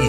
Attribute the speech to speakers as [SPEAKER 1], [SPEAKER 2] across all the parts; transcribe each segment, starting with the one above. [SPEAKER 1] 一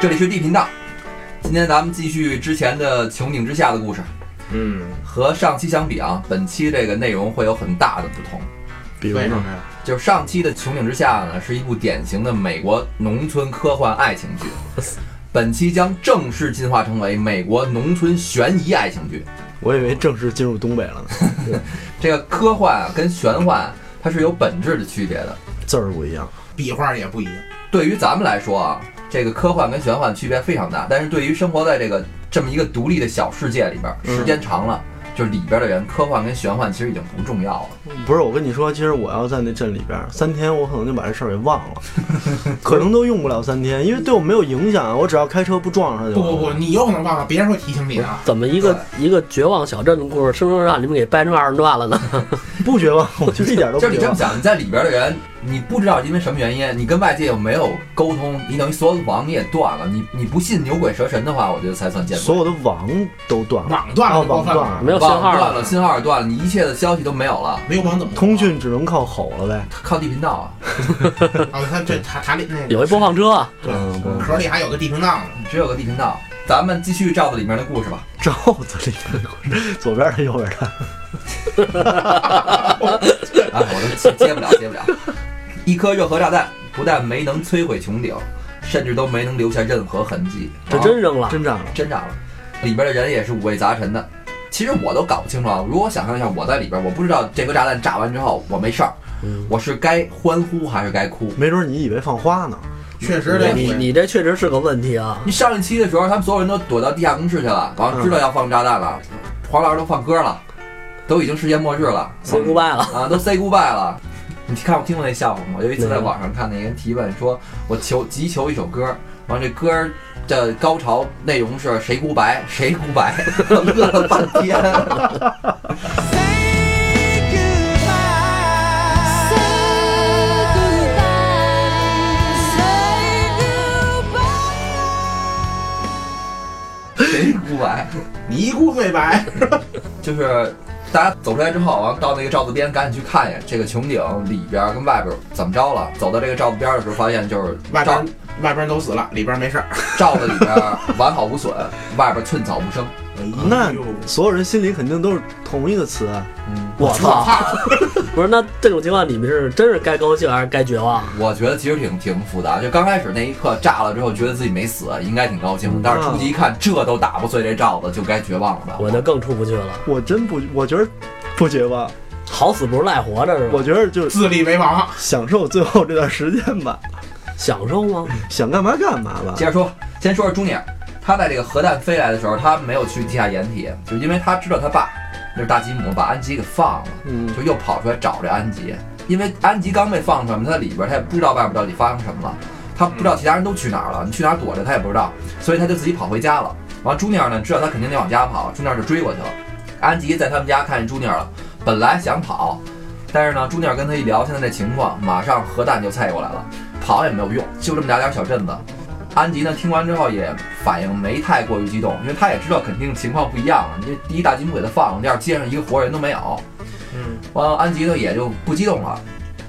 [SPEAKER 1] 这里是 D 频道，今天咱们继续之前的穹顶之下的故事。
[SPEAKER 2] 嗯，
[SPEAKER 1] 和上期相比啊，本期这个内容会有很大的不同。
[SPEAKER 3] 比
[SPEAKER 2] 为什么呀？
[SPEAKER 1] 就是上期的《穹顶之下》呢，是一部典型的美国农村科幻爱情剧，本期将正式进化成为美国农村悬疑爱情剧。
[SPEAKER 3] 我以为正式进入东北了呢，
[SPEAKER 1] 这个科幻啊跟玄幻啊它是有本质的区别的。
[SPEAKER 3] 字儿不一样。
[SPEAKER 2] 笔画也不一样。
[SPEAKER 1] 对于咱们来说啊，这个科幻跟玄幻区别非常大，但是对于生活在这个这么一个独立的小世界里边，
[SPEAKER 3] 嗯
[SPEAKER 1] 时间长了，就是里边的人，科幻跟玄幻其实已经不重要了。
[SPEAKER 3] 不是，我跟你说，其实我要在那镇里边儿三天，我可能就把这事儿给忘了，可能都用不了三天，因为对我没有影响，啊我只要开车不撞上就
[SPEAKER 2] 不
[SPEAKER 3] 完了。
[SPEAKER 2] 不不，你有可能忘了，别人会提醒你的。
[SPEAKER 4] 怎么一个一个绝望小镇的故事，生生让你们给掰成二人转了呢？
[SPEAKER 3] 不绝望，我就一点都
[SPEAKER 1] 就是
[SPEAKER 3] 不
[SPEAKER 1] 你
[SPEAKER 3] 绝
[SPEAKER 1] 这么
[SPEAKER 3] 望。
[SPEAKER 1] 想，你在里边的人，你不知道因为什么原因，你跟外界又没有沟通，你等于所有的网你也断了，你你不信牛鬼蛇神的话，我觉得才算见
[SPEAKER 3] 所
[SPEAKER 1] 鬼。
[SPEAKER 3] 有的网都断了，
[SPEAKER 2] 网断
[SPEAKER 3] 啊
[SPEAKER 2] 了，
[SPEAKER 3] 网断了，
[SPEAKER 4] 没有信
[SPEAKER 1] 网
[SPEAKER 4] 号
[SPEAKER 1] 断了，信号也断了，你一切的消息都没有了，
[SPEAKER 2] 没有网怎么
[SPEAKER 3] 通讯只能靠吼了呗。
[SPEAKER 1] 靠地频道啊，
[SPEAKER 2] 啊？他这塔塔里那
[SPEAKER 4] 有一播放车啊，
[SPEAKER 2] 对
[SPEAKER 3] 嗯不
[SPEAKER 2] 壳里还有个地平道呢。
[SPEAKER 1] 只有个地频道。咱们继续照着里面的故事吧。
[SPEAKER 3] 罩子里边的故事， 左边的右边的，
[SPEAKER 1] 啊，我都接接不了，接不了。一颗热核炸弹不但没能摧毁穹顶，甚至都没能留下任何痕迹。啊
[SPEAKER 4] 这真扔了。
[SPEAKER 3] 真炸了。
[SPEAKER 1] 真炸了，里边的人也是五味杂陈的。其实我都搞不清楚啊，如果我想象一下我在里边，我不知道这颗炸弹炸完之后我没事儿，
[SPEAKER 4] 嗯
[SPEAKER 1] 我是该欢呼还是该哭？
[SPEAKER 3] 没准你以为放花呢，
[SPEAKER 2] 确实这
[SPEAKER 4] 你你这确实是个问题啊。
[SPEAKER 1] 你上一期的时候，他们所有人都躲到地下工事去了，完了
[SPEAKER 4] 嗯
[SPEAKER 1] 知道要放炸弹了，黄老师都放歌了，都已经世界末日了
[SPEAKER 4] say goodbye 了，
[SPEAKER 1] 啊，都 say goodbye 了。你看我听过那笑话吗？我有一次在网上看那个人提问说，我求急求一首歌，完了这歌儿的高潮内容是谁孤白谁孤白， 乐了半天。谁孤白？
[SPEAKER 2] 你一哭最白，
[SPEAKER 1] 就是大家走出来之后，完到那个罩子边，赶紧去看一眼这个穹顶里边儿跟外边儿怎么着了。走到这个罩子边儿的时候，发现就是
[SPEAKER 2] 外
[SPEAKER 1] 罩
[SPEAKER 2] 边外边都死了，里边没事儿。
[SPEAKER 1] 罩子里边儿完好无损，外边儿寸草不生。
[SPEAKER 2] 哎
[SPEAKER 3] 那所有人心里肯定都是同一个词。啊
[SPEAKER 1] 嗯，
[SPEAKER 4] 我操！不是，那这种情况你们是真是该高兴还是该绝望？啊
[SPEAKER 1] 我觉得其实挺挺复杂。就刚开始那一刻炸了之后，觉得自己没死，应该挺高兴的。但是出去一看，这都打不碎这罩子，就该绝望了吧？
[SPEAKER 4] 我就更出不去了。
[SPEAKER 3] 我真不，我觉得不绝望，
[SPEAKER 4] 好死不如赖活着是吧？
[SPEAKER 3] 我觉得就是
[SPEAKER 2] 自立为王，
[SPEAKER 3] 享受最后这段时间吧，
[SPEAKER 4] 享受吗？
[SPEAKER 3] 想干嘛干嘛吧
[SPEAKER 1] 接。着说，先说说朱尼尔，他在这个核弹飞来的时候，他没有去地下掩体，就因为他知道他爸就是大吉姆把安吉给放了。
[SPEAKER 3] 嗯，
[SPEAKER 1] 就又跑出来找这安吉，因为安吉刚被放出来嘛，他在里边儿他也不知道外边到底发生什么了，他不知道其他人都去哪儿了，你去哪儿躲着他也不知道，所以他就自己跑回家了。完，朱尼尔呢知道他肯定得往家跑，朱尼尔就追过去了。安吉在他们家看见朱尼尔了，本来想跑，但是呢，朱尼尔跟他一聊现在这情况，马上核弹就菜过来了，跑也没有用，就这么俩点儿小镇子。安吉呢听完之后也反应没太过于激动，因为他也知道肯定情况不一样了，因为第一大金库给他放了，第二街上一个活人都没有。
[SPEAKER 2] 嗯，
[SPEAKER 1] 完了，安吉呢也就不激动了，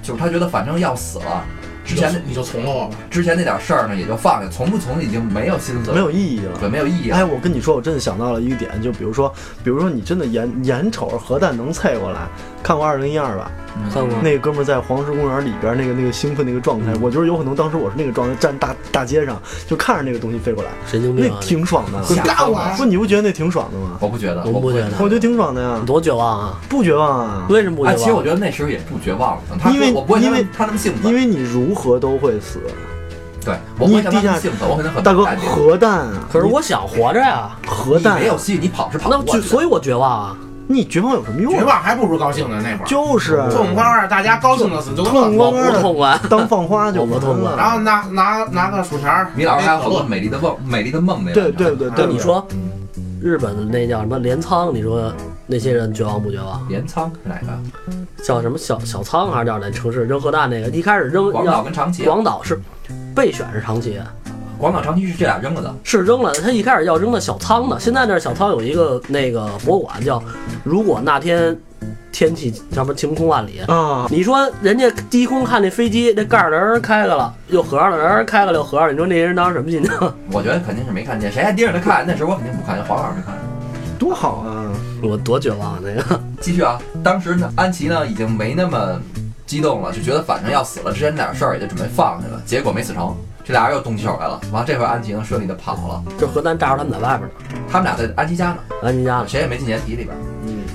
[SPEAKER 1] 就是他觉得反正要死了，之前
[SPEAKER 2] 你就从了我吧。
[SPEAKER 1] 之前那点事儿呢也就放下，从不从已经没有心思，
[SPEAKER 3] 没有意义了。
[SPEAKER 1] 对，没有意义了。
[SPEAKER 3] 哎，我跟你说，我真的想到了一个点，就比如说，比如说你真的眼眼瞅着核弹能菜过来，看过《二零一二》吧？
[SPEAKER 1] 嗯
[SPEAKER 4] 看过
[SPEAKER 3] 那个哥们儿在黄石公园里边那个那个兴奋那个状态，我觉得有可能当时我是那个状态，站大大街上就看着那个东西飞过来，
[SPEAKER 4] 神经病
[SPEAKER 3] 那
[SPEAKER 4] 啊！
[SPEAKER 3] 挺爽的。
[SPEAKER 1] 吓
[SPEAKER 2] 干我啊！
[SPEAKER 3] 不，你不觉得那挺爽的吗？
[SPEAKER 1] 我不觉得，
[SPEAKER 4] 我不
[SPEAKER 1] 不
[SPEAKER 4] 觉
[SPEAKER 1] 觉
[SPEAKER 4] 得
[SPEAKER 3] 我觉得挺爽的呀
[SPEAKER 4] 你，多绝望啊！
[SPEAKER 3] 不绝望啊。
[SPEAKER 4] 为什么不绝
[SPEAKER 1] 哎，
[SPEAKER 4] 望？
[SPEAKER 1] 其实我觉得那时候也不绝望了，他
[SPEAKER 3] 因为
[SPEAKER 1] 我不会
[SPEAKER 3] 因
[SPEAKER 1] 像他
[SPEAKER 3] 为
[SPEAKER 1] 他那么兴奋，
[SPEAKER 3] 因为你如何都会死，
[SPEAKER 1] 对我不会像他
[SPEAKER 3] 你
[SPEAKER 1] 那
[SPEAKER 3] 地下
[SPEAKER 1] 么兴奋，我可能很
[SPEAKER 3] 大哥，
[SPEAKER 1] 淡定
[SPEAKER 3] 核弹啊，
[SPEAKER 4] 可是我想活着呀，
[SPEAKER 3] 核弹啊
[SPEAKER 1] 你没有戏，你跑是跑
[SPEAKER 4] 那
[SPEAKER 1] 不过
[SPEAKER 4] 就
[SPEAKER 1] 去的，
[SPEAKER 4] 所以我绝望啊。
[SPEAKER 3] 你绝望有什么用
[SPEAKER 2] 绝
[SPEAKER 3] 啊？
[SPEAKER 2] 望还不如高兴呢那会儿，
[SPEAKER 3] 就是啊
[SPEAKER 2] 痛快快，大家高兴的死就
[SPEAKER 3] 痛
[SPEAKER 2] 乐。
[SPEAKER 4] 我
[SPEAKER 3] 光
[SPEAKER 4] 不
[SPEAKER 3] 光的
[SPEAKER 4] 痛快，
[SPEAKER 3] 当放花就完
[SPEAKER 4] 我不痛快
[SPEAKER 2] 然
[SPEAKER 3] 了。
[SPEAKER 2] 后拿拿拿个薯条儿，哎
[SPEAKER 1] 米老师还有好多
[SPEAKER 2] 可乐
[SPEAKER 1] 美丽的梦，美丽的梦没
[SPEAKER 3] 对
[SPEAKER 1] 完成
[SPEAKER 3] 对对对，
[SPEAKER 4] 对，你说日本那叫什么镰仓？你说那些人绝望不绝望？
[SPEAKER 1] 镰仓是哪个？
[SPEAKER 4] 叫什么小小仓还是叫哪城市扔核弹那个？一开始扔
[SPEAKER 1] 嗯广岛
[SPEAKER 4] 要
[SPEAKER 1] 跟长崎，
[SPEAKER 4] 广岛是备选是长崎，
[SPEAKER 1] 广岛长崎是这俩扔了的。
[SPEAKER 4] 是扔了。他一开始要扔到小仓的，现在那儿小仓有一个那个博物馆叫“如果那天天气叫什么晴空万里”。
[SPEAKER 3] 啊，
[SPEAKER 4] 你说人家低空看那飞机，那盖儿人开开了，又合上了，人开开了又合上了，你说那人当时什么心情？
[SPEAKER 1] 我觉得肯定是没看见，谁还盯着他看？那时候我肯定不看见，黄老师看。
[SPEAKER 3] 多好啊！
[SPEAKER 4] 我多绝望啊！那个
[SPEAKER 1] 继续啊，当时呢，安琪呢已经没那么激动了，就觉得反正要死了，之前那点事儿也就准备放下了，结果没死成，这俩人又动起手来了。完了，这回安琪呢顺利的跑了，
[SPEAKER 4] 就核弹炸着他们在外边呢，
[SPEAKER 1] 他们俩在安琪家呢，
[SPEAKER 4] 安吉家呢，
[SPEAKER 1] 谁也没进掩体里边。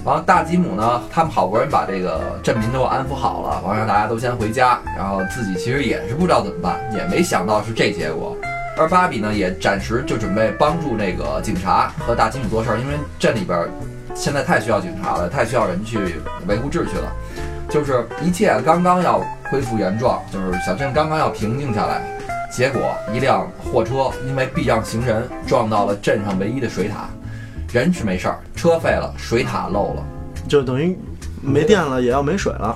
[SPEAKER 1] 完了，大吉姆呢，他们好不容易把这个镇民都安抚好了，完了让大家都先回家，然后自己其实也是不知道怎么办，也没想到是这结果。而芭比呢，也暂时就准备帮助这个警察和大吉姆做事儿，因为镇里边儿现在太需要警察了，太需要人去维护秩序了。就是一切刚刚要恢复原状，就是小镇刚刚要平静下来，结果一辆货车因为避让行人撞到了镇上唯一的水塔，人是没事儿，车废了，水塔漏了。
[SPEAKER 3] 就等于没电了，也要没水了。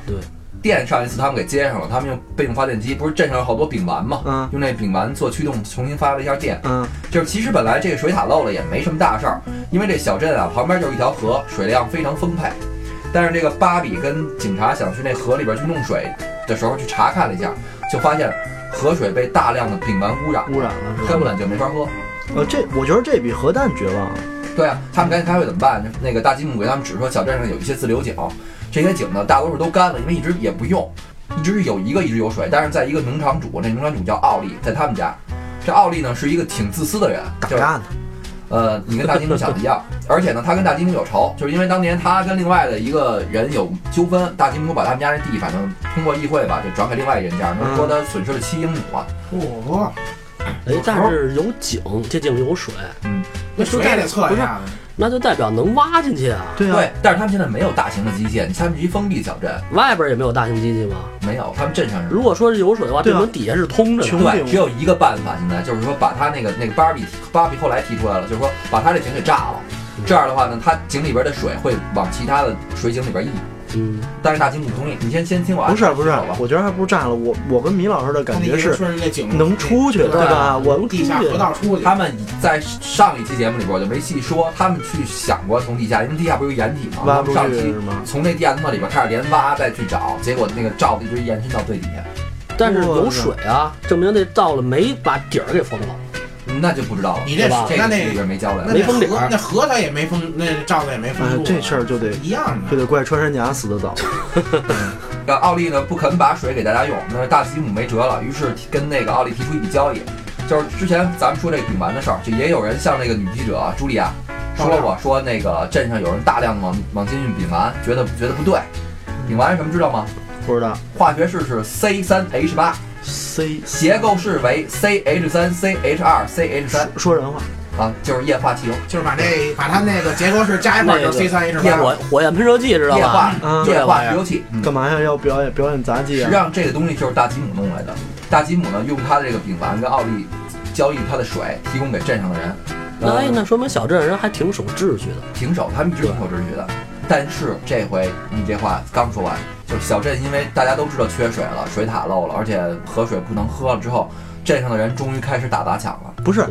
[SPEAKER 1] 电上一次他们给接上了，他们用备用发电机，不是镇上有好多丙烷嘛，
[SPEAKER 3] 嗯
[SPEAKER 1] 用那丙烷做驱动，重新发了一下电。
[SPEAKER 3] 嗯，
[SPEAKER 1] 就是其实本来这个水塔漏了也没什么大事儿，因为这小镇啊旁边就是一条河，水量非常丰沛。但是这个芭比跟警察想去那河里边去弄水的时候，去查看了一下，就发现河水被大量的丙烷污染，
[SPEAKER 3] 污染了是
[SPEAKER 1] 根
[SPEAKER 3] 吧？
[SPEAKER 1] 本就没法喝。
[SPEAKER 3] 呃，这我觉得这比核弹绝望。
[SPEAKER 1] 对啊，他们赶紧开会怎么办？那个大吉姆给他们指说，小镇上有一些自流井，这些井呢大多数都干了，因为一直也不用，一直有一个一直有水，但是在一个农场主，那农场主叫奥利，在他们家，这奥利呢是一个挺自私的人，
[SPEAKER 3] 打
[SPEAKER 1] 就是
[SPEAKER 3] 架呢？
[SPEAKER 1] 呃，你跟大吉姆想的一样，而且呢，他跟大吉姆有仇，就是因为当年他跟另外的一个人有纠纷，大吉姆把他们家那地，反正通过议会吧，就转给另外一人家，就是说他损失了七英亩啊，
[SPEAKER 2] 嚯，
[SPEAKER 4] 哎，但是有井，这井有水，
[SPEAKER 2] 那水也得测一下啊子。
[SPEAKER 4] 那就代表能挖进去啊。
[SPEAKER 3] 对啊，
[SPEAKER 1] 对，但是他们现在没有大型的基建，他们是一封闭小镇，
[SPEAKER 4] 外边也没有大型机器吗？
[SPEAKER 1] 没有，他们镇上是
[SPEAKER 4] 如果说是有水的话，
[SPEAKER 3] 对
[SPEAKER 4] 这
[SPEAKER 3] 啊
[SPEAKER 4] 门底下是通着
[SPEAKER 3] 穷
[SPEAKER 4] 的。
[SPEAKER 1] 对，只有一个办法，现在就是说把他那个那个芭比芭比后来提出来了，就是说把他这井给炸了。
[SPEAKER 3] 嗯
[SPEAKER 1] 这样的话呢，他井里边的水会往其他的水井里边溢。
[SPEAKER 4] 嗯，
[SPEAKER 1] 但是大金不同意，你先先听我安
[SPEAKER 3] 不
[SPEAKER 1] 排
[SPEAKER 3] 是不是
[SPEAKER 1] 好吧，
[SPEAKER 3] 我觉得还不如炸了。我我跟米老师的感觉是
[SPEAKER 2] 顺着那井
[SPEAKER 3] 能出去，对
[SPEAKER 2] 对
[SPEAKER 3] 吧？
[SPEAKER 4] 吧
[SPEAKER 3] 我
[SPEAKER 2] 地下河道出去。
[SPEAKER 1] 他们在上一期节目里边我就没细说，他们去想过从地下，因为地下不是有掩体吗？
[SPEAKER 3] 挖不
[SPEAKER 1] 上
[SPEAKER 3] 出去
[SPEAKER 1] 期
[SPEAKER 3] 是吗？
[SPEAKER 1] 从那地下通道里边开始连挖再去找，结果那个罩子一直延伸到最底下，
[SPEAKER 4] 但是有水啊，证明这到了没把底儿给封了。
[SPEAKER 3] 嗯
[SPEAKER 1] 那就不知道了。
[SPEAKER 2] 你这
[SPEAKER 4] 是吧
[SPEAKER 1] 这
[SPEAKER 2] 那
[SPEAKER 1] 个
[SPEAKER 2] 那
[SPEAKER 1] 里边没交代
[SPEAKER 2] 那。
[SPEAKER 4] 没封顶
[SPEAKER 2] 河那河它也没封，那罩子也没封
[SPEAKER 3] 哎
[SPEAKER 2] 住啊。，
[SPEAKER 3] 这事儿就得
[SPEAKER 2] 一样的
[SPEAKER 3] 就。得怪穿山甲死得早。
[SPEAKER 1] 那奥利呢不肯把水给大家用，那大吉姆没辙了，于是跟那个奥利提出一笔交易，就是之前咱们说这个丙烷的事儿，就也有人向那个女记者啊茱莉亚说过，说那个镇上有人大量的往往进运丙烷，觉得觉得不对，丙烷是什么知道吗？
[SPEAKER 3] 不知道
[SPEAKER 1] 化学式是 C 三 H 八，
[SPEAKER 3] C
[SPEAKER 1] 结构式为 CH 三 CH 二 CH 三
[SPEAKER 3] 说人话，
[SPEAKER 1] 啊，就是液化汽油，
[SPEAKER 2] 就是把这把它那个结构式加一块儿就是 C 三 H
[SPEAKER 4] 火
[SPEAKER 2] 八，
[SPEAKER 4] 火焰喷射器知道
[SPEAKER 1] 液化
[SPEAKER 4] 吧？
[SPEAKER 3] 嗯
[SPEAKER 1] 液化
[SPEAKER 4] 这玩意儿
[SPEAKER 1] 石油气。嗯
[SPEAKER 3] 干嘛呀？要表演表演杂技
[SPEAKER 1] 实际
[SPEAKER 3] 啊？
[SPEAKER 1] 上这个东西就是大吉姆弄来的。大吉姆呢，用他的这个丙烷跟奥利交易他的水，提供给镇上的人。
[SPEAKER 4] 那哎，
[SPEAKER 1] 呃，
[SPEAKER 4] 那说明小镇人还挺守秩序的。
[SPEAKER 1] 平手，他们一直挺有秩序的。但是这回你这话刚说完，就是小镇因为大家都知道缺水了，水塔漏了，而且河水不能喝了之后，镇上的人终于开始打砸抢了。
[SPEAKER 3] 不是，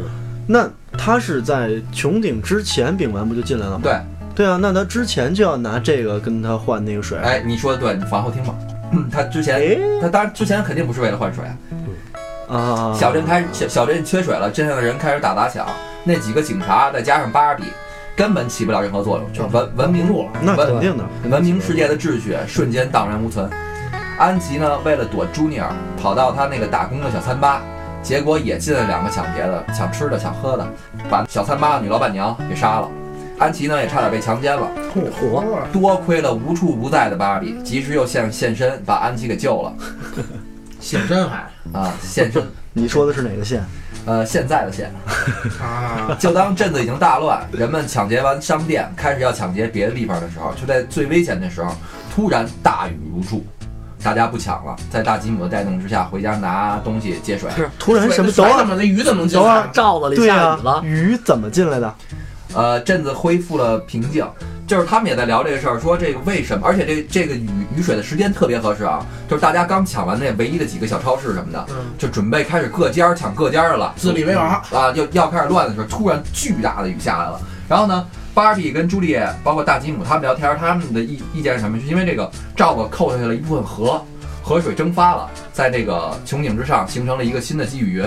[SPEAKER 3] 那他是在穹顶之前丙烷不就进来了吗？
[SPEAKER 1] 对，
[SPEAKER 3] 对啊，那他之前就要拿这个跟他换那个水。
[SPEAKER 1] 哎，你说的对，你往后听吧。 嗯他之前，
[SPEAKER 3] 哎
[SPEAKER 1] 他当然之前肯定不是为了换水，
[SPEAKER 3] 啊，
[SPEAKER 1] 小镇开始小小镇缺水了，镇上的人开始打砸抢，那几个警察再加上巴尔比，根本起不了任何作用，就是文文明
[SPEAKER 2] 住了。
[SPEAKER 3] 嗯那肯定的，
[SPEAKER 1] 文明世界的秩序瞬间荡然无存。安吉呢，为了躲 Junior，跑到他那个打工的小餐吧，结果也进了两个抢劫的、抢吃的、抢喝的，把小餐吧的女老板娘给杀了。安琪呢，也差点被强奸了。
[SPEAKER 4] 火
[SPEAKER 1] 多亏了无处不在的芭比及时又现现身，把安琪给救了
[SPEAKER 2] 写真还
[SPEAKER 1] 啊！现身
[SPEAKER 3] 你说的是哪个县？
[SPEAKER 1] 呃，现在的县，
[SPEAKER 2] 啊，
[SPEAKER 1] 就当镇子已经大乱，人们抢劫完商店，开始要抢劫别的地方的时候，就在最危险的时候，突然大雨如注，大家不抢了，在大吉姆的带动之下，回家拿东西接水。
[SPEAKER 4] 是
[SPEAKER 3] 突然什么？
[SPEAKER 2] 等
[SPEAKER 3] 等会
[SPEAKER 2] 会
[SPEAKER 3] 儿，
[SPEAKER 2] 儿，那鱼怎么能进
[SPEAKER 3] 等会
[SPEAKER 2] 来
[SPEAKER 3] 儿？
[SPEAKER 4] 罩子里
[SPEAKER 3] 对啊
[SPEAKER 4] 下
[SPEAKER 3] 呀
[SPEAKER 4] 雨了，，
[SPEAKER 3] 雨怎么进来的？
[SPEAKER 1] 呃，镇子恢复了平静。就是他们也在聊这个事儿，说这个为什么？而且这这个雨雨水的时间特别合适啊，就是大家刚抢完那唯一的几个小超市什么的，
[SPEAKER 2] 嗯，
[SPEAKER 1] 就准备开始各家儿抢各家儿了，
[SPEAKER 2] 自立为王。
[SPEAKER 1] 啊，要要开始乱的时候，突然巨大的雨下来了。然后呢，芭比跟朱丽叶，包括大吉姆他们聊天儿，他们的意意见是什么？是因为这个罩子扣下去了一部分河，河水蒸发了，在这个穹顶之上形成了一个新的积雨云，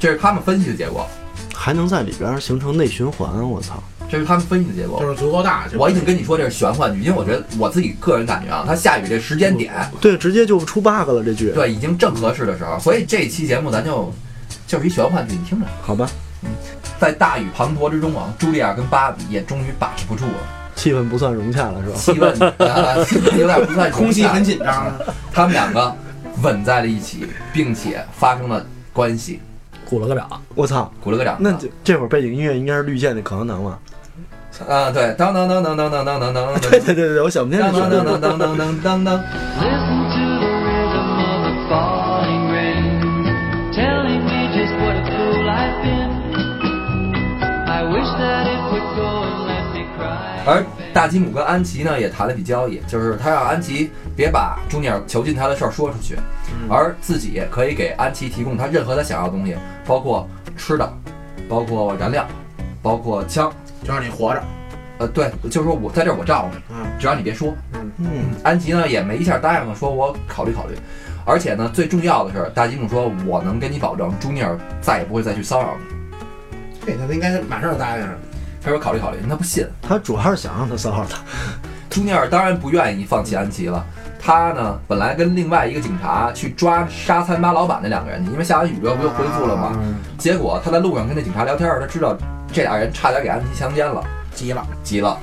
[SPEAKER 1] 这是他们分析的结果，
[SPEAKER 3] 还能在里边形成内循环？我操！
[SPEAKER 1] 这是他们分析的结果。
[SPEAKER 2] 就是足够大。就是
[SPEAKER 1] 我已经跟你说这是玄幻剧，因为我觉得我自己个人感觉啊，它下雨这时间点，
[SPEAKER 3] 对，直接就出 bug 了这剧。
[SPEAKER 1] 对，已经正合适的时候，所以这期节目咱就就是一玄幻剧，你听着。
[SPEAKER 3] 好吧，
[SPEAKER 1] 在大雨滂沱之中啊，茱莉亚跟芭比也终于把持不住 了，
[SPEAKER 3] 气氛不算融洽了是吧？
[SPEAKER 1] 气氛啊气氛有点不 太
[SPEAKER 2] 空气很紧张，啊
[SPEAKER 1] 他们两个吻在了一起，并且发生了关系，
[SPEAKER 4] 鼓了个掌。
[SPEAKER 3] 我操！
[SPEAKER 1] 鼓了个掌。
[SPEAKER 3] 那这这会儿背景音乐应该是绿箭的《口香糖》吧？
[SPEAKER 1] 啊，对，当当当当当当当当当当
[SPEAKER 3] 对对对对，我想不起来
[SPEAKER 1] 当当
[SPEAKER 3] 这首歌。
[SPEAKER 1] 当当当当当当。
[SPEAKER 5] Listen to the rhythm of the falling rain, telling me just what a fool I've been. I wish that it would go and let me cry.
[SPEAKER 1] 而大吉姆跟安琪呢也谈了笔交易，就是他让安琪别把朱尼尔囚禁他的事儿说出去，
[SPEAKER 2] 嗯
[SPEAKER 1] 而自己可以给安琪提供他任何他想要的东西，包括吃的，包括燃料，包括枪。
[SPEAKER 2] 就让你活着。
[SPEAKER 1] 呃，对，就是说我在这儿我罩着，
[SPEAKER 2] 嗯
[SPEAKER 1] 只要你别说。
[SPEAKER 3] 嗯，
[SPEAKER 1] 安琪呢也没一下答应了，说我考虑考虑。而且呢，最重要的是，大吉姆说我能跟你保证，朱尼尔再也不会再去骚扰你。
[SPEAKER 2] 这他应该马上就答应了。
[SPEAKER 1] 他说考虑考虑，他不信。
[SPEAKER 3] 他主要是想让他骚扰他。
[SPEAKER 1] 朱尼尔当然不愿意放弃安琪了。他呢，本来跟另外一个警察去抓沙餐吧老板那两个人去，因为下完雨之后不就恢复了
[SPEAKER 3] 啊
[SPEAKER 1] 吗？
[SPEAKER 2] 嗯？
[SPEAKER 1] 结果他在路上跟那警察聊天儿，他知道这俩人差点给安琪强奸了，
[SPEAKER 2] 急了，
[SPEAKER 1] 急了。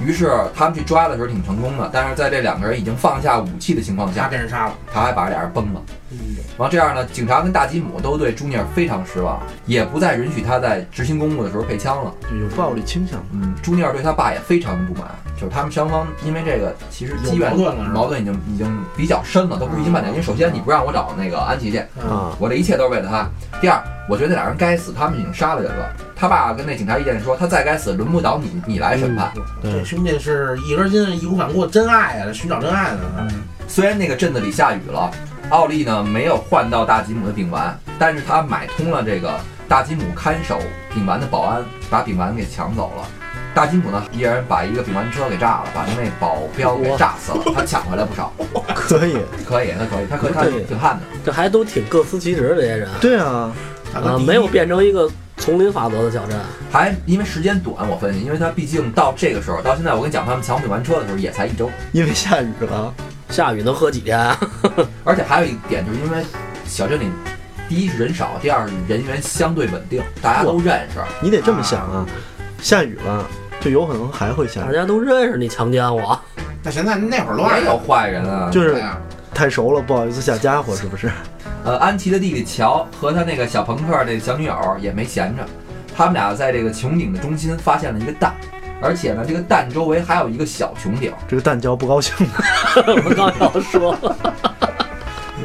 [SPEAKER 1] 于是他们去抓的时候挺成功的，但是在这两个人已经放下武器的情况
[SPEAKER 2] 他
[SPEAKER 1] 下，
[SPEAKER 2] 给人杀了。
[SPEAKER 1] 他还把这俩人崩了。
[SPEAKER 3] 嗯
[SPEAKER 1] 然后这样呢，警察跟大吉姆都对朱尼尔非常失望，也不再允许他在执行公务的时候配枪了。
[SPEAKER 3] 有暴力倾向，
[SPEAKER 1] 嗯，朱尼尔对他爸也非常的不满，就是他们双方因为这个其实积怨
[SPEAKER 2] 有矛盾了嗯是吧
[SPEAKER 1] 矛盾已经已经比较深了，都不是一斤半两斤。首先，你不让我找那个安琪去，
[SPEAKER 3] 啊，
[SPEAKER 1] 我这一切都是为了他。第二，我觉得那俩人该死，他们已经杀了人了。他爸跟那警察意见说，他再该死，轮不着你，你来审判。
[SPEAKER 3] 嗯
[SPEAKER 2] 这兄弟是一根筋，义无反顾，真爱呀，寻找真爱啊呢。
[SPEAKER 3] 嗯
[SPEAKER 1] 虽然那个镇子里下雨了，奥利呢没有换到大吉姆的饼丸，但是他买通了这个大吉姆看守饼丸的保安，把饼丸给抢走了。大吉姆呢，一人把一个饼丸车给炸了，把他那保镖给炸死了。他抢回来不少，
[SPEAKER 3] 可以。
[SPEAKER 1] 可以，他可以，他可以，他
[SPEAKER 3] 对
[SPEAKER 1] 挺悍的。
[SPEAKER 4] 这还都挺各司其职的这些人
[SPEAKER 3] 对啊，
[SPEAKER 2] 大哥
[SPEAKER 4] 啊，
[SPEAKER 2] 第一
[SPEAKER 4] 没有变成一个丛林法则的小镇。
[SPEAKER 1] 还因为时间短，我分析，因为他毕竟到这个时候，到现在我跟你讲，他们抢饼丸车的时候也才一周，
[SPEAKER 3] 因为下雨了，
[SPEAKER 4] 下雨能喝几天？啊
[SPEAKER 3] 啊
[SPEAKER 1] 而且还有一点就是因为小镇里，第一是人少，第二是人员相对稳定，大家都认识。
[SPEAKER 3] 你得这么想啊，下雨了就有可能还会下
[SPEAKER 4] 大
[SPEAKER 3] 雨，
[SPEAKER 4] 家都认识你强奸我，
[SPEAKER 2] 那现在那会儿乱
[SPEAKER 1] 也有坏人啊，
[SPEAKER 3] 就
[SPEAKER 2] 对
[SPEAKER 3] 是
[SPEAKER 2] 呀，
[SPEAKER 3] 太熟了，不好意思下家伙，是不是？
[SPEAKER 1] 呃，安琪的弟弟乔和他那个小朋克那小女友也没闲着，他们俩在这个穹顶的中心发现了一个蛋，而且呢，这个蛋周围还有一个小穹顶，
[SPEAKER 3] 这个蛋胶不高兴了，
[SPEAKER 4] 我刚要说，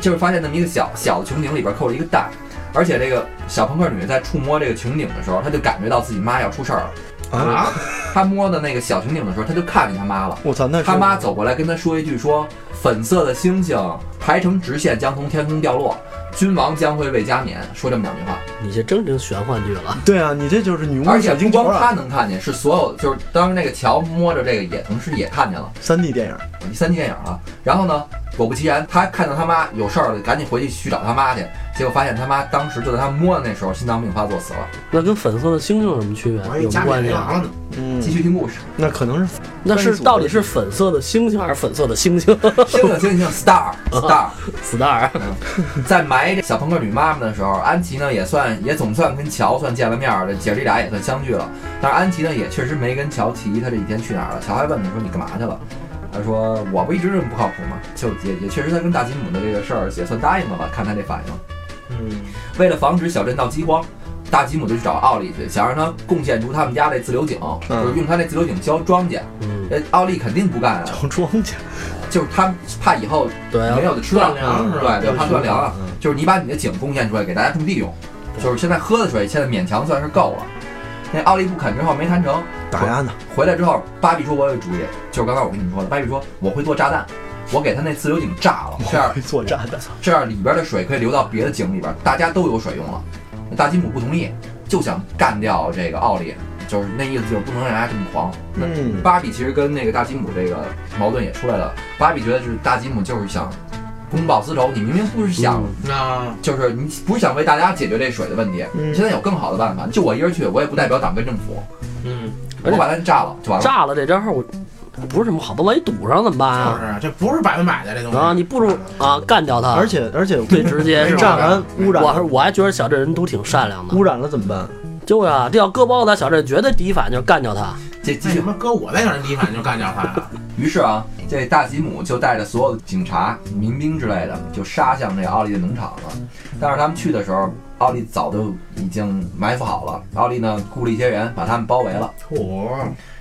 [SPEAKER 1] 就是发现那么一个小小的穹顶里边扣着一个蛋，而且这个小朋克女在触摸这个穹顶的时候，她就感觉到自己妈要出事儿了。
[SPEAKER 2] 啊，
[SPEAKER 1] 她摸的那个小穹顶的时候，她就看见她妈了。
[SPEAKER 3] 我操，那是
[SPEAKER 1] 她妈走过来跟她说一句说：“粉色的星星排成直线将从天空掉落，君王将会被加冕。”说这么两句话。
[SPEAKER 4] 你这真成玄幻剧了。
[SPEAKER 3] 对啊，你这就是女巫
[SPEAKER 1] 而且
[SPEAKER 3] 小
[SPEAKER 1] 不
[SPEAKER 3] 金球
[SPEAKER 1] 光他
[SPEAKER 3] 啊，
[SPEAKER 1] 能看见，是所有就是当时那个乔摸着这个也同时也看见了，
[SPEAKER 3] 三 D 电影，
[SPEAKER 1] 第三集电影了。啊然后呢，果不其然，他看到他妈有事儿了，赶紧回去去找他妈去。结果发现他妈当时就在他摸的那时候心脏病发作死了。
[SPEAKER 4] 那跟粉色的星星有什么区
[SPEAKER 2] 我还
[SPEAKER 4] 别？
[SPEAKER 2] 以为
[SPEAKER 4] 有什
[SPEAKER 2] 家
[SPEAKER 4] 么
[SPEAKER 2] 里
[SPEAKER 4] 关
[SPEAKER 2] 没
[SPEAKER 4] 系
[SPEAKER 2] 狼
[SPEAKER 4] 啊？
[SPEAKER 2] 了呢。
[SPEAKER 3] 嗯
[SPEAKER 1] 继续听故事，
[SPEAKER 3] 那可能是
[SPEAKER 4] 那是到底是粉色的星星还是粉色的星 星
[SPEAKER 1] 星星星星 star star，
[SPEAKER 4] ？star
[SPEAKER 1] 在埋这小朋克女妈妈的时候，安琪呢也算也总算跟乔算见了面儿了，姐儿俩也算相聚了。但是安琪呢也确实没跟乔提他这几天去哪儿了。乔还问他说你干嘛去了？他
[SPEAKER 3] 嗯
[SPEAKER 1] 说我不一直这么不靠谱吗？就也也确实他跟大吉姆的这个事儿也算答应了吧，看他这反应。
[SPEAKER 2] 嗯，
[SPEAKER 1] 为了防止小镇闹饥荒，大吉姆就去找奥利去，想让他贡献出他们家这自流井，
[SPEAKER 3] 嗯
[SPEAKER 1] 就是用他那自流井浇庄稼。
[SPEAKER 4] 嗯，
[SPEAKER 1] 这奥利肯定不干啊，
[SPEAKER 3] 找庄稼，
[SPEAKER 1] 就是他怕以后
[SPEAKER 4] 对啊
[SPEAKER 1] 没，有的吃了
[SPEAKER 2] 断，粮是吧？
[SPEAKER 1] 对，就怕断粮啊
[SPEAKER 3] 嗯。
[SPEAKER 1] 就是你把你的井贡献出来给大家种地用，就是现在喝的水现在勉强算是够了。那奥利不肯之后没谈成，
[SPEAKER 3] 打压呢，
[SPEAKER 1] 回来之后，芭比说我有主意，就是刚才我跟你们说的。芭比说我会做炸弹，我给他那自流井炸了，这样
[SPEAKER 3] 会做炸弹，
[SPEAKER 1] 这样里边的水可以流到别的井里边，大家都有水用了。大吉姆不同意，就想干掉这个奥利，就是那意思就是不能让人家这么狂。那
[SPEAKER 3] 嗯
[SPEAKER 1] 芭比其实跟那个大吉姆这个矛盾也出来了。芭比觉得就是大吉姆就是想公报私仇，你明明不是想，
[SPEAKER 2] 那
[SPEAKER 1] 就是你不是想为大家解决这水的问题，
[SPEAKER 3] 嗯
[SPEAKER 1] 现在有更好的办法，就我一人去，我也不代表党跟政府，
[SPEAKER 2] 嗯，
[SPEAKER 1] 我把它炸了就完
[SPEAKER 3] 啊
[SPEAKER 1] 了。
[SPEAKER 4] 炸了这招我不是什么好，不万一堵上怎么办
[SPEAKER 2] 就
[SPEAKER 4] 啊？
[SPEAKER 2] 是这不是百分百的这东西
[SPEAKER 4] 啊，你不如啊干掉他，
[SPEAKER 3] 而且而且
[SPEAKER 4] 最直接是吧
[SPEAKER 3] 炸完嗯污染
[SPEAKER 4] 我
[SPEAKER 3] 了
[SPEAKER 4] 我还觉得小镇人都挺善良的
[SPEAKER 3] 污，染了怎么办？
[SPEAKER 4] 就是啊，这要搁包子在小镇，绝对第一反应就是干掉他。
[SPEAKER 1] 这这
[SPEAKER 2] 那什么搁我在小人地反就干掉他 呀？
[SPEAKER 1] 于是啊，这大吉姆就带着所有的警察、民兵之类的，就杀向这奥利的农场了。但是他们去的时候，奥利早就已经埋伏好了。奥利呢，雇了一些人把他们包围了，
[SPEAKER 2] 我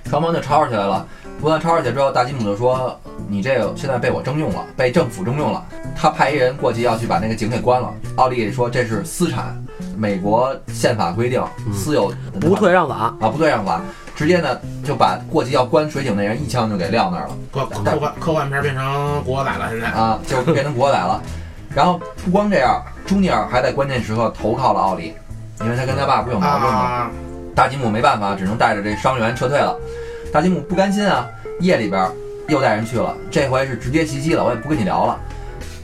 [SPEAKER 1] 双方就吵吵起来了。不断吵吵起来之后，大吉姆就说：“你这个现在被我征用了，被政府征用了。”他派一人过去要去把那个井给关了。奥利说：“这是私产，美国宪法规定私有
[SPEAKER 4] 不退让法，
[SPEAKER 1] 啊，不对让法。”直接呢就把过去要关水井那人一枪就给撂那儿了。
[SPEAKER 2] 科科幻科幻片变成国仔了，现在
[SPEAKER 1] 啊，就变成国仔了。 然后不光这样，朱尼尔还在关键时刻投靠了奥利，因为他跟他爸不是有矛盾吗？
[SPEAKER 2] 啊，
[SPEAKER 1] 大吉姆没办法，只能带着这伤员撤退了。大吉姆不甘心啊，夜里边又带人去了，这回是直接袭击了，我也不跟你聊了。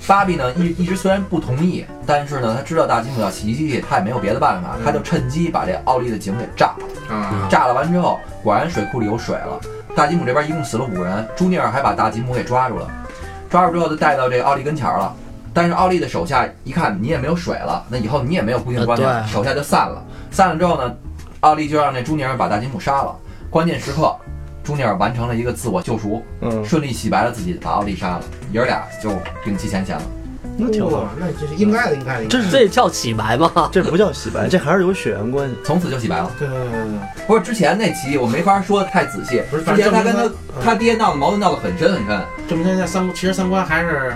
[SPEAKER 1] 芭比呢，一一直虽然不同意，但是呢，他知道大吉姆要袭击，他也没有别的办法，他就趁机把这奥利的井给炸了。
[SPEAKER 2] 啊，
[SPEAKER 1] 炸了完之后，果然水库里有水了。大吉姆这边一共死了五个人，朱尼尔还把大吉姆给抓住了，抓住之后就带到这个奥利跟前儿了。但是奥利的手下一看你也没有水了，那以后你也没有固定观
[SPEAKER 4] 呃
[SPEAKER 1] 点，
[SPEAKER 4] 对
[SPEAKER 1] 手下就散了。散了之后呢，奥利就让这朱尼尔把大吉姆杀了。关键时刻，朱尼尔完成了一个自我救赎，
[SPEAKER 3] 嗯，
[SPEAKER 1] 顺利洗白了自己，把奥利杀了，爷儿俩就摒弃前嫌了。
[SPEAKER 3] 那挺好
[SPEAKER 2] 哇，，那这是应该的，应该的，
[SPEAKER 3] 这是
[SPEAKER 4] 这叫洗白吗？
[SPEAKER 3] 这不叫洗白，这还是有血缘关系。
[SPEAKER 1] 从此就洗白了。
[SPEAKER 2] 对对对对对，
[SPEAKER 1] 不是之前那期我没法说得太仔细，
[SPEAKER 2] 不是
[SPEAKER 1] 之前他
[SPEAKER 2] 反正
[SPEAKER 1] 跟他
[SPEAKER 2] 就是他
[SPEAKER 1] 他爹闹的矛盾闹得很深很深，
[SPEAKER 2] 这么现在三其实三观还是